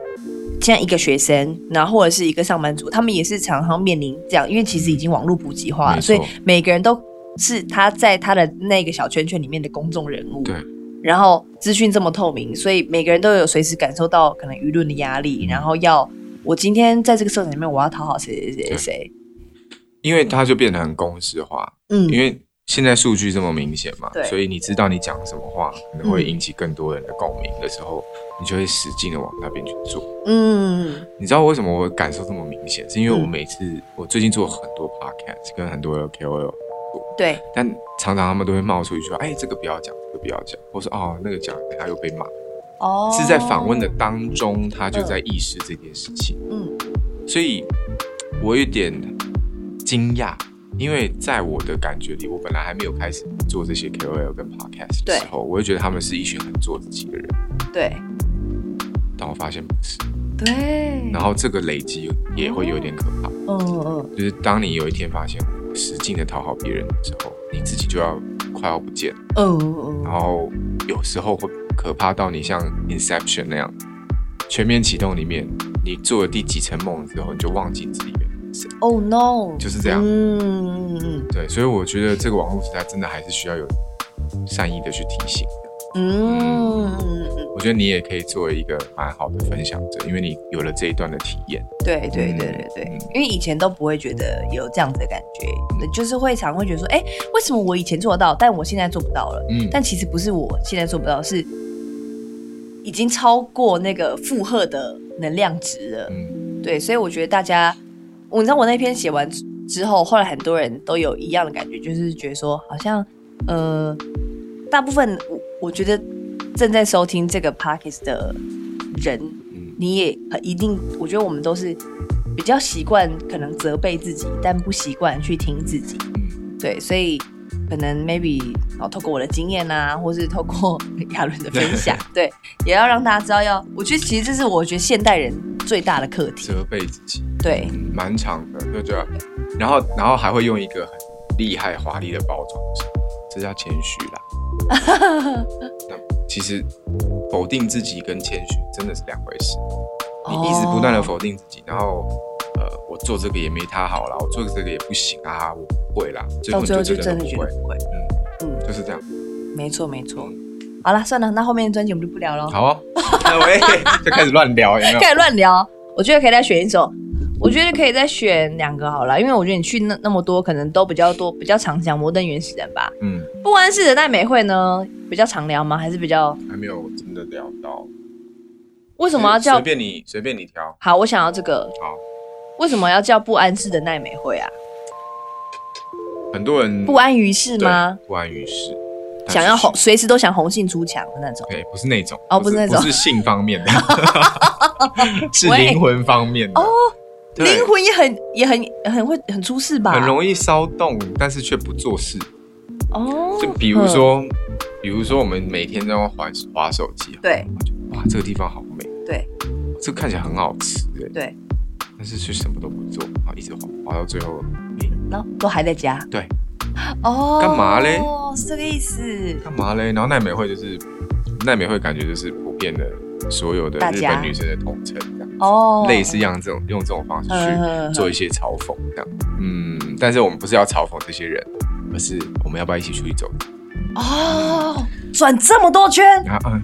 Speaker 3: 现在一个学生，然后或者是一个上班族，他们也是常常面临这样，因为其实已经网络普及化
Speaker 2: 没
Speaker 3: 了，所
Speaker 2: 错
Speaker 3: 以每个人都是他在他的那个小圈圈里面的公众人物。
Speaker 2: 对。
Speaker 3: 然后资讯这么透明，所以每个人都有随时感受到可能舆论的压
Speaker 2: 嗯
Speaker 3: 力，然后要我今天在这个社团里面，我要讨好谁谁谁谁，
Speaker 2: 因为它就变得很公式化，
Speaker 3: 嗯
Speaker 2: 因为现在数据这么明显嘛
Speaker 3: 对，
Speaker 2: 所以你知道你讲什么话可能会引起更多人的共鸣的时候，你就会使劲的往那边去做。
Speaker 3: 嗯
Speaker 2: 你知道为什么我感受这么明显？是因为我
Speaker 3: 嗯
Speaker 2: 每次、我最近做很多 podcast，跟很多的 KOL，
Speaker 3: 对，
Speaker 2: 但常常他们都会冒出一句话：“哎，这个不要讲，这个不要讲。”或是“哦，那个讲，等下又被骂。
Speaker 3: 哦
Speaker 2: 是在访问的，当中，他就在意识这件事情。
Speaker 3: 嗯
Speaker 2: 所以我有点惊讶，因为在我的感觉里，我本来还没有开始做这些 KOL 跟 podcast 的
Speaker 3: 对
Speaker 2: 时候，我就觉得他们是一群很做自己的人，
Speaker 3: 对
Speaker 2: 但我发现不是。
Speaker 3: 嗯对，
Speaker 2: 然后这个累积也会有点可怕。
Speaker 3: 嗯嗯
Speaker 2: 就是当你有一天发现使劲的讨好别人的时候，你自己就要快要不见了。
Speaker 3: 嗯嗯
Speaker 2: 然后有时候会可怕到你像 Inception 那样，全面启动里面，你做了第几层梦之后，你就忘记你自己原来是谁，
Speaker 3: Oh no！
Speaker 2: 就是这样。
Speaker 3: 嗯嗯嗯
Speaker 2: 对，所以我觉得这个网络时代真的还是需要有善意的去提醒。
Speaker 3: 嗯嗯嗯嗯，
Speaker 2: 我觉得你也可以作为一个蛮好的分享者，因为你有了这一段的体验。
Speaker 3: 对对对对对，因为以前都不会觉得有这样子的感觉，就是会常会觉得说，哎，为什么我以前做得到，但我现在做不到了？
Speaker 2: 嗯，
Speaker 3: 但其实不是我现在做不到，是已经超过那个负荷的能量值了。
Speaker 2: 嗯
Speaker 3: 对，所以我觉得大家，我你知道我那篇写完之后，后来很多人都有一样的感觉，就是觉得说，好像呃，大部分我我觉得正在收听这个 podcast 的人，
Speaker 2: 嗯
Speaker 3: 你也呃一定，我觉得我们都是比较习惯可能责备自己，但不习惯去听自己。
Speaker 2: 嗯，
Speaker 3: 对，所以可能 maybe 哦，透过我的经验啊，或是透 过亚伦的分 享，对，也要让大家知道要，我觉得其实这是我觉得现代人最大的课题，
Speaker 2: 责备自己，
Speaker 3: 对，
Speaker 2: 嗯，蛮长的，对对、然后，然后还会用一个很厉害、华丽的包装，这叫谦虚啦。 那其实否定自己跟谦虚真的是两回事。你一直不
Speaker 3: 哦
Speaker 2: 断的否定自己，然后呃，我做这个也没他好啦，我做这个也不行啊，我不会啦，最
Speaker 3: 到
Speaker 2: 后
Speaker 3: 最后
Speaker 2: 你
Speaker 3: 就
Speaker 2: 就
Speaker 3: 真
Speaker 2: 真
Speaker 3: 的
Speaker 2: 的
Speaker 3: 觉
Speaker 2: 不
Speaker 3: 得
Speaker 2: 会，
Speaker 3: 不会，嗯，
Speaker 2: 就是这样。
Speaker 3: 没错没错。好了，算了，那后面的专辑我们就不聊了，
Speaker 2: 好 哦，那我也就开始乱聊，有没有？
Speaker 3: 开始乱聊。我觉得可以再选一首，我觉得可以再选两个好了，因为我觉得你去那那么多，可能都比较多，比较常讲摩登原始人吧。
Speaker 2: 嗯，
Speaker 3: 不管是人代美惠呢，比较常聊吗？还是比较
Speaker 2: 还没有真的聊到。
Speaker 3: 为什么要叫
Speaker 2: 随便你，随便你挑。
Speaker 3: 好，我想要这个。
Speaker 2: 好，
Speaker 3: 为什么要叫不安室的奈美惠啊？
Speaker 2: 很多人
Speaker 3: 不安于世
Speaker 2: 对
Speaker 3: 吗？？
Speaker 2: 不安于世，嗯但
Speaker 3: 想要
Speaker 2: 是
Speaker 3: 红，随时都想红杏出墙的那种。
Speaker 2: 对，不是那种
Speaker 3: 哦不是那种
Speaker 2: 不是性方面 的， 是
Speaker 3: 喂
Speaker 2: 灵魂方面的
Speaker 3: 哦，
Speaker 2: 对
Speaker 3: 灵魂也很也很很会很出事吧？
Speaker 2: 很容易骚动，但是却不做事。
Speaker 3: 哦。
Speaker 2: 就比如说，比如说我们每天都要划划手机，
Speaker 3: 对
Speaker 2: 哇，这个地方好美，
Speaker 3: 对
Speaker 2: 这个看起来很好吃，对，
Speaker 3: 对，
Speaker 2: 但是却什么都不做，然后一直划划到最后，欸
Speaker 3: 然后都还在家。
Speaker 2: 对，
Speaker 3: 哦。
Speaker 2: 干嘛嘞
Speaker 3: 哦，是这个意思。
Speaker 2: 干嘛嘞？然后奈美惠就是奈美惠，感觉就是普遍的所有的
Speaker 3: 大
Speaker 2: 日
Speaker 3: 家
Speaker 2: 本女生的统称，这样
Speaker 3: 哦，
Speaker 2: 类似样这种用这种方式
Speaker 3: 嗯
Speaker 2: 去
Speaker 3: 嗯嗯
Speaker 2: 做一些嘲讽，这样，嗯，但是我们不是要嘲讽这些人，而是我们要不要一起出去走？
Speaker 3: 哦，转这么多圈，
Speaker 2: 然后，嗯，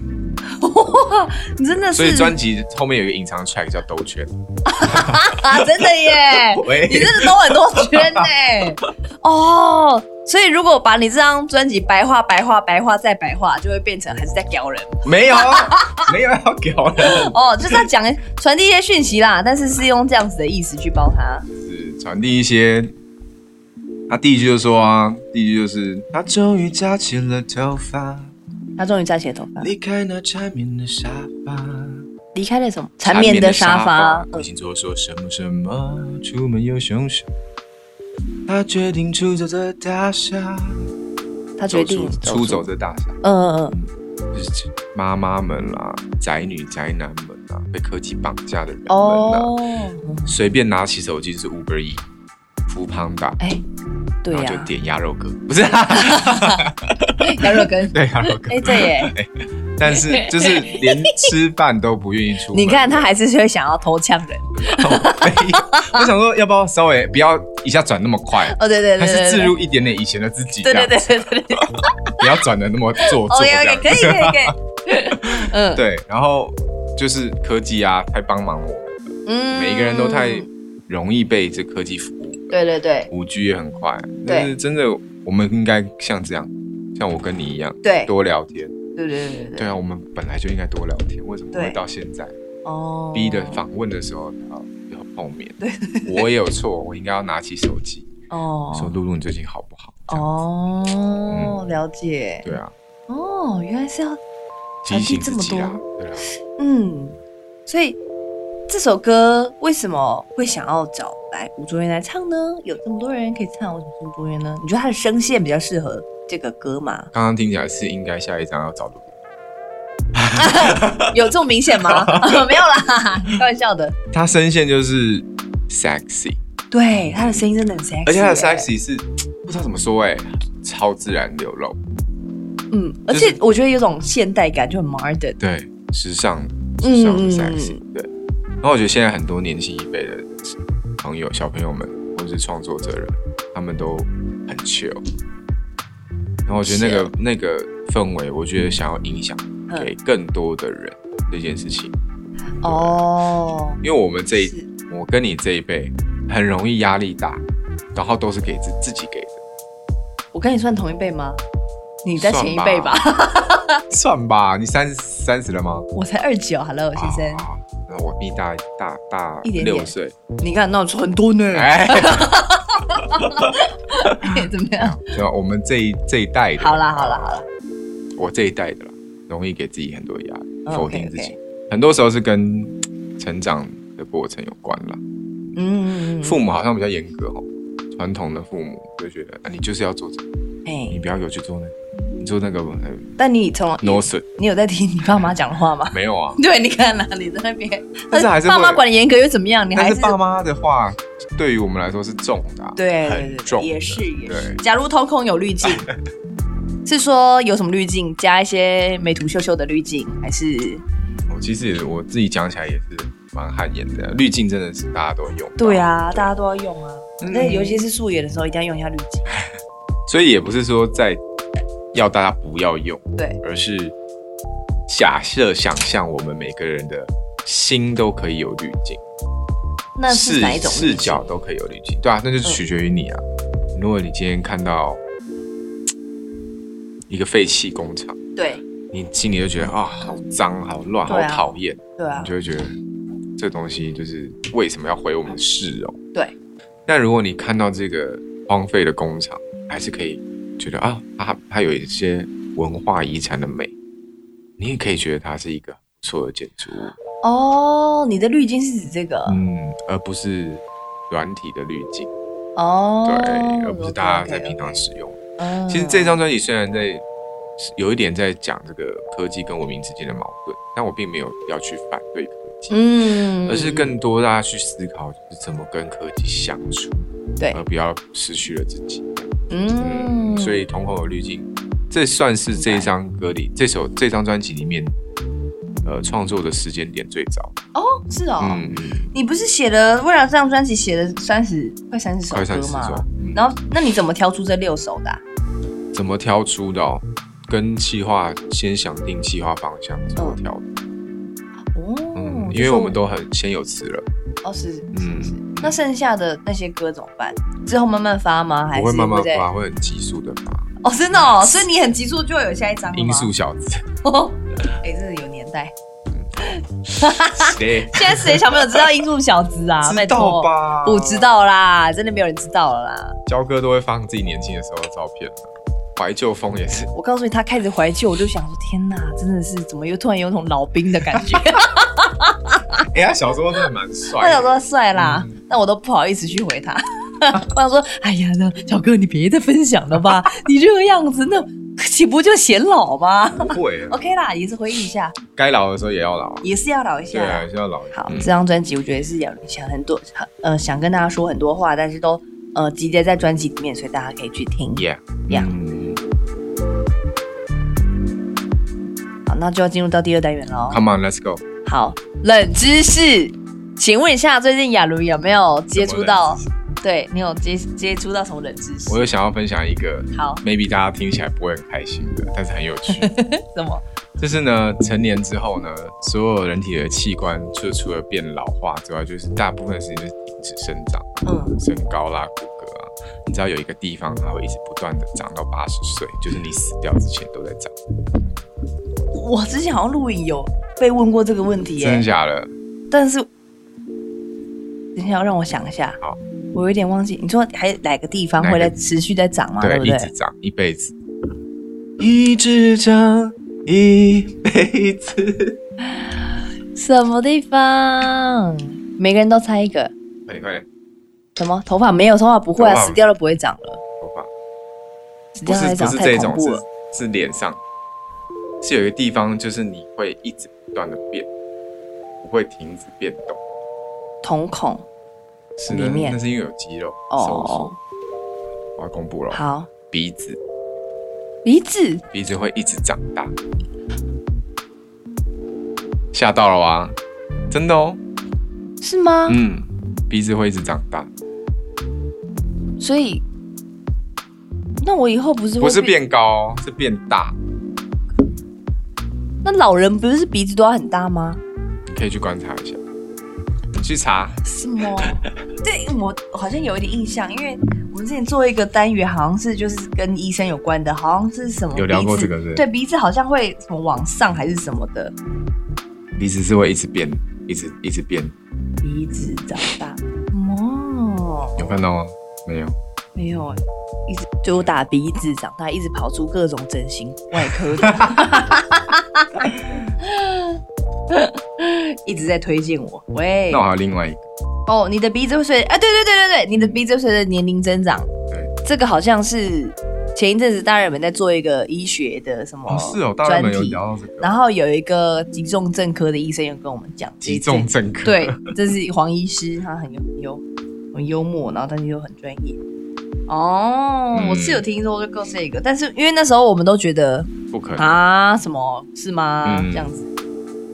Speaker 3: 哇，你真的是
Speaker 2: 所以专辑后面有一个隐藏 track 叫兜圈，
Speaker 3: 啊，真的耶。
Speaker 2: 喂
Speaker 3: 你真的兜很多圈呢、哦，所以如果把你这张专辑白话、白话、白话再白话，就会变成还是在屌人
Speaker 2: 没有 啊，没有要屌人，
Speaker 3: 哦，就是在讲传递一些讯息啦，但是是用这样子的意思去包它。
Speaker 2: 是传递一些。他第一句就说啊，第一句就是他终于扎起了头发，
Speaker 3: 他终于扎起了头发，
Speaker 2: 离开那缠绵的沙发，
Speaker 3: 离开了什么缠绵的沙发。
Speaker 2: 不行左手什么什么，出门有凶手。他决定出走这大厦，
Speaker 3: 嗯他决定
Speaker 2: 走出出走。这大厦，
Speaker 3: 嗯嗯嗯，
Speaker 2: 就是妈妈们啦、宅女宅男们啦、被科技绑架的人们啦，
Speaker 3: 哦，
Speaker 2: 随便拿起手机就是 Uber E、福胖达，
Speaker 3: 哎、对
Speaker 2: 然后
Speaker 3: 呀、
Speaker 2: 就点鸭肉哥，不是、啊、
Speaker 3: 羊肉 羹。
Speaker 2: 对鸭肉哥，
Speaker 3: 哎、对耶，
Speaker 2: 但是就是连吃饭都不愿意出 门。
Speaker 3: 你看他还是会想要偷呛人。
Speaker 2: 我想说，要不要稍微不要一下转那么快？
Speaker 3: 哦，对对
Speaker 2: 还
Speaker 3: 对
Speaker 2: 是
Speaker 3: 对
Speaker 2: 置
Speaker 3: 对。
Speaker 2: 入一点点以前的自己，
Speaker 3: 对对
Speaker 2: 这样
Speaker 3: 对
Speaker 2: 子
Speaker 3: 对对对
Speaker 2: 不要转的那么做作。
Speaker 3: ，OK
Speaker 2: 这
Speaker 3: OK，
Speaker 2: 样
Speaker 3: 可以可以可以， 嗯，
Speaker 2: 对，然后就是科技啊，太帮忙我们了，
Speaker 3: 嗯
Speaker 2: 每一个人都太容易被这科技服务。
Speaker 3: 对对对
Speaker 2: 五 G 也很快，但是真的，我们应该像这样，像我跟你一样，
Speaker 3: 对
Speaker 2: 多聊天。
Speaker 3: 对对对对
Speaker 2: 对啊，我们本来就应该多聊天，为什么
Speaker 3: 对
Speaker 2: 会到现在
Speaker 3: 哦，
Speaker 2: 逼的访问的时候要要碰面？对，我也有错，我应该要拿起手机
Speaker 3: 哦
Speaker 2: 说：“露露，你最近好不好？”哦，
Speaker 3: 哦，了解
Speaker 2: 嗯对啊，
Speaker 3: 哦，原来是要
Speaker 2: 提醒
Speaker 3: 这
Speaker 2: 自
Speaker 3: 么
Speaker 2: 己啊
Speaker 3: 多，
Speaker 2: 对啊，？
Speaker 3: 嗯，所以这首歌为什么会想要找来吴卓源来唱呢？有这么多人可以唱，为什么是吴卓源呢？你觉得他的声线比较适合这个歌吗
Speaker 2: 刚刚听起来是应该下一张要找露露。
Speaker 3: 有这么明显 吗？啊没有啦，开玩笑的。
Speaker 2: 他声线就是 sexy，
Speaker 3: 对，他的声音真的很 sexy，欸
Speaker 2: 而且他的
Speaker 3: 耶
Speaker 2: sexy 是不知道怎么说哎，超自然流露，
Speaker 3: 嗯，而
Speaker 2: 就是
Speaker 3: 且我觉得有种现代感，就很 modern。嗯
Speaker 2: 对，时尚的，上
Speaker 1: 嗯嗯
Speaker 2: 三十，对。然后我觉得现在很多年轻一辈的朋友、小朋友们，或是创作者人，他们都很 chill。然后我觉得那个那个氛围，我觉得想要影响
Speaker 3: 嗯
Speaker 2: 给更多的人这件事情，
Speaker 3: 哦，
Speaker 2: 因为我们这一
Speaker 1: 是
Speaker 2: 我跟你这一辈很容易压力大，然后都是给自自己给的，
Speaker 3: 我跟你算同一辈吗？你在前一辈吧，
Speaker 2: 算吧。你三三十了吗？
Speaker 3: 我才二九，Hello 先生，
Speaker 2: 啊，那我比你大大大
Speaker 3: 一点点
Speaker 2: 六岁，
Speaker 3: 你看闹出很多呢，
Speaker 2: 哎，
Speaker 3: 怎么样？
Speaker 2: 对吧？我们这一这一代的，
Speaker 3: 好啦好啦好啦，
Speaker 2: 我这一代的啦，容易给自己很多压力，
Speaker 3: 嗯
Speaker 2: 否定自己
Speaker 3: OK，OK，
Speaker 2: 很多时候是跟成长的过程有关啦。
Speaker 3: 嗯嗯，嗯
Speaker 2: 父母好像比较严格哦，传统的父母就觉得，啊，你就是要做这个，你
Speaker 3: 哎，
Speaker 2: 不要有去做那个，你做那个呃
Speaker 3: 但你从
Speaker 2: no sir
Speaker 3: 你有在听你爸妈讲话吗？
Speaker 2: 没有啊。
Speaker 3: 对，你看啦，你在那边，
Speaker 2: 但是还是会
Speaker 3: 爸妈管得严格又怎么样？你
Speaker 2: 但
Speaker 3: 还
Speaker 2: 是爸妈的话，对于我们来说是重的、啊，
Speaker 3: 对对
Speaker 2: 很
Speaker 3: 对
Speaker 2: 重
Speaker 3: 对，
Speaker 2: 的，
Speaker 3: 也是也是。
Speaker 2: 对
Speaker 3: 假如掏空有滤 镜，是说有什么滤镜？加一些美图秀秀的滤镜，还是
Speaker 2: 我哦其实也我自己讲起来也是蛮汗颜的，滤镜真的是大家都用。
Speaker 3: 对，啊，大家都要用啊。
Speaker 2: 嗯
Speaker 3: 那、尤其是素颜的时候，一定要用一下滤镜。
Speaker 2: 所以也不是说在要大家不要用，
Speaker 3: 对，
Speaker 2: 而是假设想象我们每个人的心都可以有滤镜，
Speaker 3: 那
Speaker 2: 视
Speaker 3: 是哪一种滤
Speaker 2: 视
Speaker 3: 镜嗯
Speaker 2: 角都可以有滤镜，对啊，那就是取决于你啊。如果你今天看到嘖一个废弃工厂，
Speaker 3: 对
Speaker 2: 你心里就觉得啊、好脏、好乱、好
Speaker 3: 对啊
Speaker 2: 讨厌。
Speaker 3: 对啊
Speaker 2: 你，就会觉得这东西就是为什么要回我们市容？
Speaker 3: 对。
Speaker 2: 但如果你看到这个荒废的工厂，还是可以觉得啊，它它有一些文化遗产的美，你也可以觉得它是一个不错的建筑物，啊
Speaker 3: 哦，你的滤镜是指这个、
Speaker 2: 嗯，而不是软体的滤镜，
Speaker 3: 哦，
Speaker 2: 对，而不是大家在
Speaker 3: OK，OK，OK
Speaker 2: 平常使用。
Speaker 3: 嗯
Speaker 2: 其实这张专辑虽然在有一点在讲这个科技跟文明之间的矛盾，但我并没有要去反对科技，
Speaker 3: 嗯，
Speaker 2: 而是更多大家去思考，就是怎么跟科技相处，
Speaker 3: 对
Speaker 2: 而，不要失去了自己。
Speaker 3: 嗯
Speaker 2: 嗯，，所以瞳孔有滤镜，这算是这张歌里这首这张专辑里面，呃，创作的时间点最早。
Speaker 3: 哦，是哦，
Speaker 2: 嗯，
Speaker 3: 你不是写了为了这张专辑写了三十快三十首
Speaker 2: 快三
Speaker 3: 歌
Speaker 2: 十
Speaker 3: 吗？
Speaker 2: 首。嗯
Speaker 3: 然后，那你怎么挑出这六首的啊、
Speaker 2: 怎么挑出的哦？跟企划先想定企划方向怎么挑的？
Speaker 3: 嗯哦，
Speaker 2: 嗯，
Speaker 3: 就
Speaker 2: 因为
Speaker 3: 是
Speaker 2: 我们都很先有词了，
Speaker 3: 哦是是
Speaker 2: 嗯
Speaker 3: 是是那剩下的那些歌怎么办？之后慢慢发吗？还
Speaker 2: 我
Speaker 3: 是
Speaker 2: 会慢慢
Speaker 3: 在
Speaker 2: 发，会很急速的发。
Speaker 3: 哦，真的哦，所以你很急促就有下一张了吗
Speaker 2: 音 速小子，
Speaker 3: 哎、真的有年代。
Speaker 2: 对，
Speaker 3: 现在谁小朋友知道音速小子啊？
Speaker 2: 知道？吧？
Speaker 3: 我知道啦，真的没有人知道了啦。
Speaker 2: 焦哥都会放自己年轻的时候的照片了，怀旧风也是。
Speaker 3: 我告诉你，他开始怀旧，我就想说，天哪，真的是怎么又突然有种老兵的感觉？
Speaker 2: 哎、他小时候真的蛮帅的。
Speaker 3: 他想说帅啦
Speaker 2: 嗯，
Speaker 3: 但我都不好意思去回他。 我想说，哎呀，那小哥你别再分享了吧， 你这个样子，那岂不就显老吗
Speaker 2: 不会啊，
Speaker 3: ？OK 啦，也是回忆一下，
Speaker 2: 该老的时候也要老。
Speaker 3: 也是要老一
Speaker 2: 对
Speaker 3: 下
Speaker 2: 啊，
Speaker 3: 啦。
Speaker 2: 还是要老。
Speaker 3: 好，
Speaker 2: 嗯
Speaker 3: 这张专辑我觉得是有想很多，呃，想跟大家说很多话，但是都呃集结在专辑里面，所以大家可以去听。
Speaker 2: Yeah，
Speaker 3: Yeah
Speaker 2: 嗯
Speaker 3: 好，那就要进入到第二单元喽。
Speaker 2: ，Come on，Let's go。
Speaker 3: 好，冷知识，请问一下，最近雅茹有没有接触到？对你有接接触到什么冷知识
Speaker 2: 我？又想要分享一个
Speaker 3: 好，
Speaker 2: ，maybe 大家听起来不会很开心的，但是很有 趣。
Speaker 3: 什么？
Speaker 2: 就是呢，成年之后呢，所有人体的器官，就除了变老化之外，就是大部分的时间就是停止生长，
Speaker 3: 嗯，
Speaker 2: 身高啦、骨骼啊，你知道有一个地方它会一直不断的长到八十岁，就是你死掉之前都在长。
Speaker 3: 我之前好像录影有被问过这个问题耶、
Speaker 2: 真的假的？
Speaker 3: 但是等一下让我想一下，
Speaker 2: 好，
Speaker 3: 我有点忘记，你说还哪个地方
Speaker 2: 哪个
Speaker 3: 会在持续在长嘛？对
Speaker 2: 对，
Speaker 3: 不
Speaker 2: 一
Speaker 3: 对？
Speaker 2: 直长一辈子，一直长一辈子。
Speaker 3: 什么地方？每个人都猜一个，
Speaker 2: 快点快点，
Speaker 3: 什么头发没有头发不会啊
Speaker 2: 头，发
Speaker 3: 死掉了不会长了，
Speaker 2: 头发
Speaker 3: 死
Speaker 2: 不
Speaker 3: 掉了
Speaker 2: 是
Speaker 3: 会
Speaker 2: 不
Speaker 3: 长
Speaker 2: 是
Speaker 3: 太
Speaker 2: 这
Speaker 3: 恐
Speaker 2: 种，
Speaker 3: 怖了。
Speaker 2: 是是脸上，是有一个地方就是你会一直不断的变，不会停止变动。
Speaker 3: 瞳孔
Speaker 2: 是
Speaker 3: 里
Speaker 2: 的，
Speaker 3: 面
Speaker 2: 那是因为有肌肉收缩。
Speaker 3: 哦，
Speaker 2: 我要公布了，
Speaker 3: 好，
Speaker 2: 鼻子
Speaker 3: 鼻子
Speaker 2: 鼻子会一直长大，吓到了啊！真的哦，
Speaker 3: 是吗？
Speaker 2: 嗯，鼻子会一直长大，
Speaker 3: 所以，那我以后不是会
Speaker 2: 不是？变高哦，是变大。
Speaker 3: 那老人不是鼻子都要很大吗？
Speaker 2: 你可以去观察一下，去查。
Speaker 3: 是吗？对，我好像有一点印象，因为我们之前做一个单元，好像是就是跟医生有关的，好像是什么
Speaker 2: 有聊过
Speaker 3: 鼻子
Speaker 2: 这个是不是
Speaker 3: 对，鼻子好像会什么往上还是什么的，
Speaker 2: 鼻子是会一直变，一直一直变，
Speaker 3: 鼻子长大。哦，
Speaker 2: 有看到吗？没有，
Speaker 3: 没有，一直就我打鼻子长大，一直跑出各种整形外科 的， 一直在推荐我。喂
Speaker 2: 那，我还有另外一个，
Speaker 3: 哦，你的鼻子会随啊，对对对对对，你的鼻子会随着年龄增长。
Speaker 2: 对，
Speaker 3: 这个好像是前一阵子大人们在做一个医学的什么
Speaker 2: 哦是哦，大人们有
Speaker 3: 专题
Speaker 2: 聊到这个，
Speaker 3: 然后有一个急重症科的医生有跟我们讲这一
Speaker 2: 急重
Speaker 3: 件
Speaker 2: 症科，
Speaker 3: 对，这是黄医师，他很有幽很幽默，然后但是又很专业。哦，
Speaker 2: 嗯
Speaker 3: 我是有听说过这个，但是因为那时候我们都觉得
Speaker 2: 不可能。
Speaker 3: 啊，什么是吗？
Speaker 2: 嗯
Speaker 3: 这样子。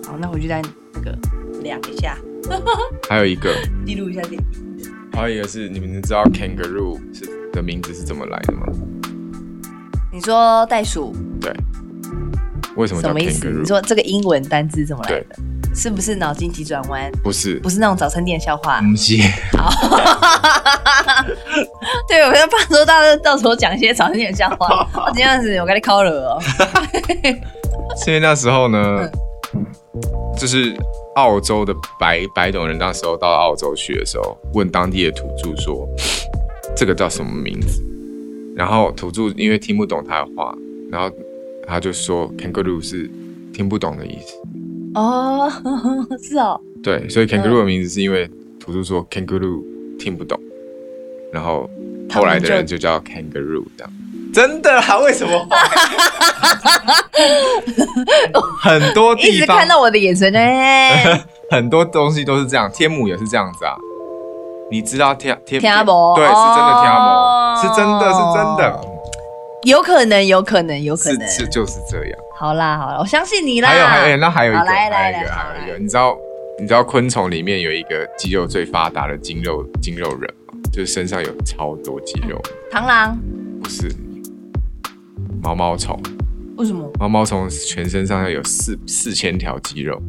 Speaker 3: 好，那回去再那个量一下，
Speaker 2: 还有一个，
Speaker 3: 记录一下这个。
Speaker 2: 还有一个是你们知道 kangaroo 是的名字是怎么来的吗？
Speaker 3: 你说袋鼠
Speaker 2: 对，为什么
Speaker 3: 什
Speaker 2: 叫
Speaker 3: 么意思？你
Speaker 2: kangaroo？
Speaker 3: 说这个英文单字怎么来的？是不是脑筋急转弯？
Speaker 2: 不是，
Speaker 3: 不是那种早餐店笑话。
Speaker 2: 不是，
Speaker 3: 对，我就怕说大家到时候讲一些早餐店笑 话，我这样子我给你考了哦。
Speaker 2: 是因为那时候呢，就是澳洲的白白种人，那时候到澳洲去的时候，问当地的土著说，这个叫什么名字？然后土著因为听不懂他的话，然后他就说 kangaroo 是听不懂的意思。
Speaker 3: 哦， 是哦，
Speaker 2: 对，所以 kangaroo 的名字是因为土著说 kangaroo 听不懂，然后后来的人就叫 kangaroo 这样。真的啊？为什么？很多
Speaker 3: 一
Speaker 2: 地
Speaker 3: 直
Speaker 2: 方
Speaker 3: 看到我的眼神 哎、
Speaker 2: 很多东西都是这样，天母也是这样子啊。你知道天天
Speaker 3: 天母
Speaker 2: 对，是真的天母，
Speaker 3: 哦
Speaker 2: 是真的是真的，
Speaker 3: 有可能，有可能，有可能。
Speaker 2: 是是就是这样。
Speaker 3: 好啦，好啦，我相信你啦。
Speaker 2: 还有还有，哎那还有一个，
Speaker 3: 好来
Speaker 2: 还有
Speaker 3: 来
Speaker 2: 一个，
Speaker 3: 来
Speaker 2: 还有一
Speaker 3: 好
Speaker 2: 个，
Speaker 3: 来
Speaker 2: 你知道你知道昆虫里面有一个肌肉最发达的筋肉筋肉人吗？就是身上有超多肌肉，
Speaker 3: 螳螂
Speaker 2: 不是毛毛虫，
Speaker 3: 为什么？
Speaker 2: 毛毛虫全身上下有四四千条肌肉，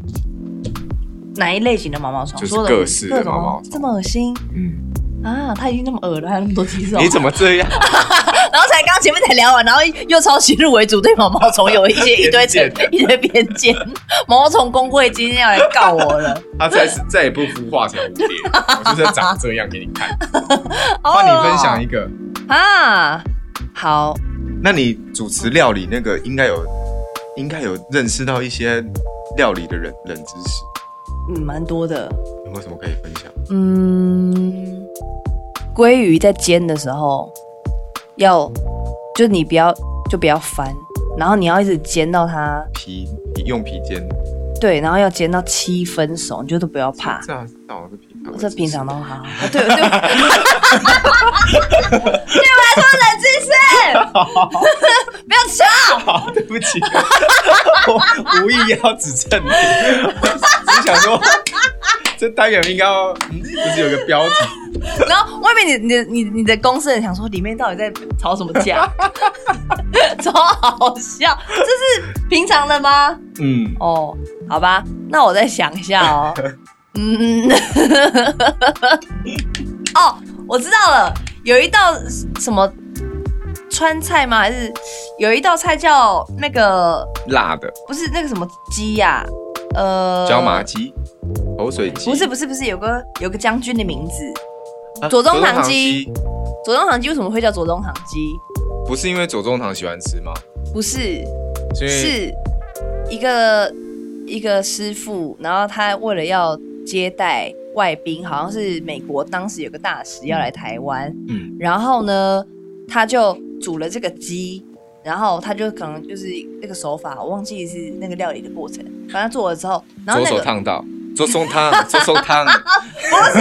Speaker 3: 哪一类型的毛毛虫？
Speaker 2: 就是
Speaker 3: 说的
Speaker 2: 各式的
Speaker 3: 各种
Speaker 2: 毛毛虫
Speaker 3: 这么恶心
Speaker 2: 嗯，
Speaker 3: 啊！它已经那么恶了，还有那么多肌肉，
Speaker 2: 你怎么这样？
Speaker 3: 然后才刚前面才聊完，然后又超先入为主，对毛毛虫有一些一堆成
Speaker 2: 偏见
Speaker 3: 一堆偏见。毛毛虫工会今天要来告我 了，
Speaker 2: 它再是再也不孵化成蝴蝶，我就是要长这样给你看。
Speaker 3: 帮
Speaker 2: 帮
Speaker 3: 哦
Speaker 2: 你分享一个，
Speaker 3: 啊！好，
Speaker 2: 那你主持料理那个应该有，应该有认识到一些料理的冷冷知识，
Speaker 3: 嗯，蛮多的，
Speaker 2: 有没有什么可以分享？
Speaker 3: 嗯，鲑鱼在煎的时候要，就你不要就不要翻，然后你要一直煎到它
Speaker 2: 皮用皮煎，
Speaker 3: 对，然后要煎到七分熟，你就都不要怕。
Speaker 2: 这样那我是平常，
Speaker 3: 这平常都好，啊对对， 对我来说冷知识，不要吵。
Speaker 2: 好，对不起， 我无意要指正你，我只想说这单元应该要，嗯不是有个标题？
Speaker 3: 然后外面你你你你的公司人想说里面到底在吵什么架， 超好笑，这是平常的吗？
Speaker 2: 嗯，
Speaker 3: 哦，好吧，那我再想一下哦。嗯， 哦，我知道了，有一道什么川菜吗？还是有一道菜叫那个
Speaker 2: 辣的
Speaker 3: 不是那个什么鸡呀、呃，
Speaker 2: 椒麻鸡、口水鸡，
Speaker 3: 不是不是不是，有个有个将军的名字，
Speaker 2: 啊
Speaker 3: 左宗棠鸡，左宗棠鸡为什么会叫左宗棠鸡？
Speaker 2: 不是因为左宗棠喜欢吃吗？
Speaker 3: 不是，
Speaker 2: 是因为
Speaker 3: 是一个一个师傅，然后他为了要接待外宾，好像是美国当时有个大使要来台湾，
Speaker 2: 嗯
Speaker 3: 然后呢，他就煮了这个鸡。然后他就可能就是那个手法，我忘记是那个料理的过程。反正做了之后，然后
Speaker 2: 左
Speaker 3: 那
Speaker 2: 手
Speaker 3: 个
Speaker 2: 烫到，左 手烫，左手 烫。
Speaker 3: 不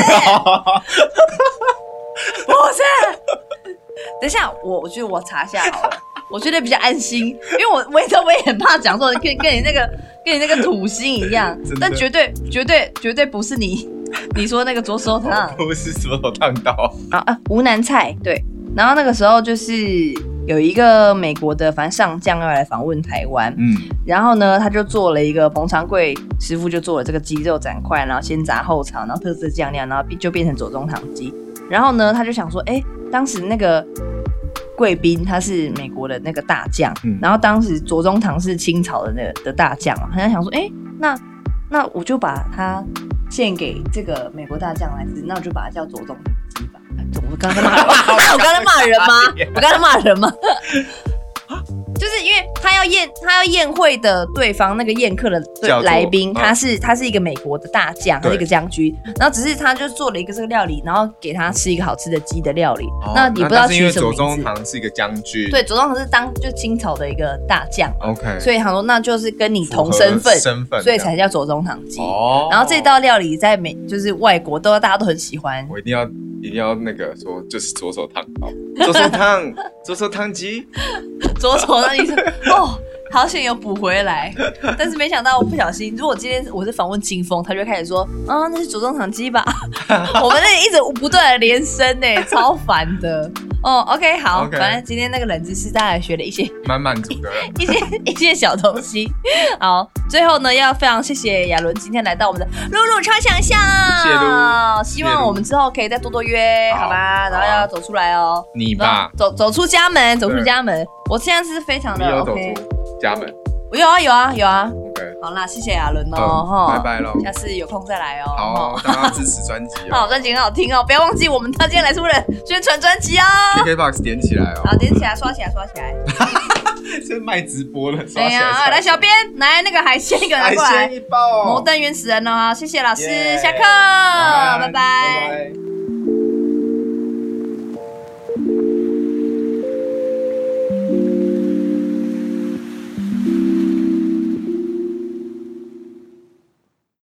Speaker 3: 是，等一下，我我觉得我查一下好了。 我觉得比较安心，因为我我也知道我也很怕讲错，跟跟你那个跟你那个土星一样
Speaker 2: 真的，
Speaker 3: 但绝对绝对绝对不是你 你说那个左手烫。
Speaker 2: 不是什么烫到，
Speaker 3: 啊啊，湖南菜对。然后那个时候就是有一个美国的，反正上将要来访问台湾，
Speaker 2: 嗯，
Speaker 3: 然后呢，他就做了一个彭长贵师傅就做了这个鸡肉斩块，然后先炸后炒，然后特制酱料，然后变就变成左宗棠鸡。然后呢，他就想说，哎，当时那个贵宾他是美国的那个大将，
Speaker 2: 嗯
Speaker 3: 然后当时左宗棠是清朝的那个的大将嘛，他就想说，哎，那那我就把它献给这个美国大将来吃，那我就把它叫左宗棠鸡吧。哎我刚才骂人吗？我刚才骂人吗？我刚才骂人吗？就是因为他要宴，他要宴会的对方那个宴客的对
Speaker 2: 叫做
Speaker 3: 来宾，
Speaker 2: 嗯
Speaker 3: 他是、他是一个美国的大将，他
Speaker 2: 对
Speaker 3: 是一个将军，然后只是他就做了一个这个料理，然后给他吃一个好吃的鸡的料理，那你不知道
Speaker 2: 但是因
Speaker 3: 取
Speaker 2: 为
Speaker 3: 什么
Speaker 2: 左
Speaker 3: 名
Speaker 2: 宗
Speaker 3: 字？
Speaker 2: 哦棠是一个将军，
Speaker 3: 对，左宗棠是当就清朝的一个大将，
Speaker 2: ，OK，
Speaker 3: 所以他说那就是跟你
Speaker 2: 符
Speaker 3: 同
Speaker 2: 合
Speaker 3: 身份，
Speaker 2: 身份
Speaker 3: 所以
Speaker 2: 这样
Speaker 3: 才叫左宗棠鸡。
Speaker 2: 哦，
Speaker 3: 然后这道料理在美就是外国都大家都很喜欢，
Speaker 2: 我一定要一定要那个说，就是左手烫到，左手 烫，左手烫鸡，
Speaker 3: 左手那一次， 哦，好险有补回来。但是没想到我不小心，如果今天我是访问金峰，他就会开始说，啊，那是左中场 鸡吧？我们那里一直不断的连声呢，欸超烦的。哦，OK，好
Speaker 2: OK
Speaker 3: 反正今天那个冷知识，大家也学了一些
Speaker 2: 满满足的。
Speaker 3: 一些一些小东西。好，最后呢，要非常谢谢亚伦今天来到我们的露露超想象，
Speaker 2: 谢露
Speaker 3: 希望我们之后可以再多多约，
Speaker 2: 好啊
Speaker 3: 好吧？然后
Speaker 2: 好
Speaker 3: 要走出来哦，
Speaker 2: 你吧，
Speaker 3: 走走出家门，走出
Speaker 2: 对
Speaker 3: 家门。我现在是非常
Speaker 2: 你
Speaker 3: 的
Speaker 2: 有走
Speaker 3: OK，
Speaker 2: 出家门
Speaker 3: 我有啊有啊有啊。
Speaker 2: ，OK，
Speaker 3: 好啦，谢谢亚伦哦，
Speaker 2: 嗯
Speaker 3: 哈，
Speaker 2: 拜拜喽。
Speaker 3: 下次有空再来哦。
Speaker 2: 好
Speaker 3: 哈，，
Speaker 2: 大家支持专辑
Speaker 3: 好，
Speaker 2: 哦
Speaker 3: 专辑很好听哦，不要忘记我们他今天来出了宣传专 辑哦。
Speaker 2: ，KKBOX 点起来哦。
Speaker 3: 好，点起来，刷起来，刷起来。
Speaker 2: 这卖直播了，
Speaker 3: 哎
Speaker 2: 刷起来
Speaker 3: 呀，
Speaker 2: 刷
Speaker 3: 来，
Speaker 2: 起来，
Speaker 3: 小编，来那个海鲜一个拿哦
Speaker 2: 海
Speaker 3: 过来
Speaker 2: 鲜。一爆
Speaker 3: 摩。登原始人哦，谢谢老师，
Speaker 2: 耶
Speaker 3: 下课，
Speaker 2: 晚安
Speaker 3: 拜拜。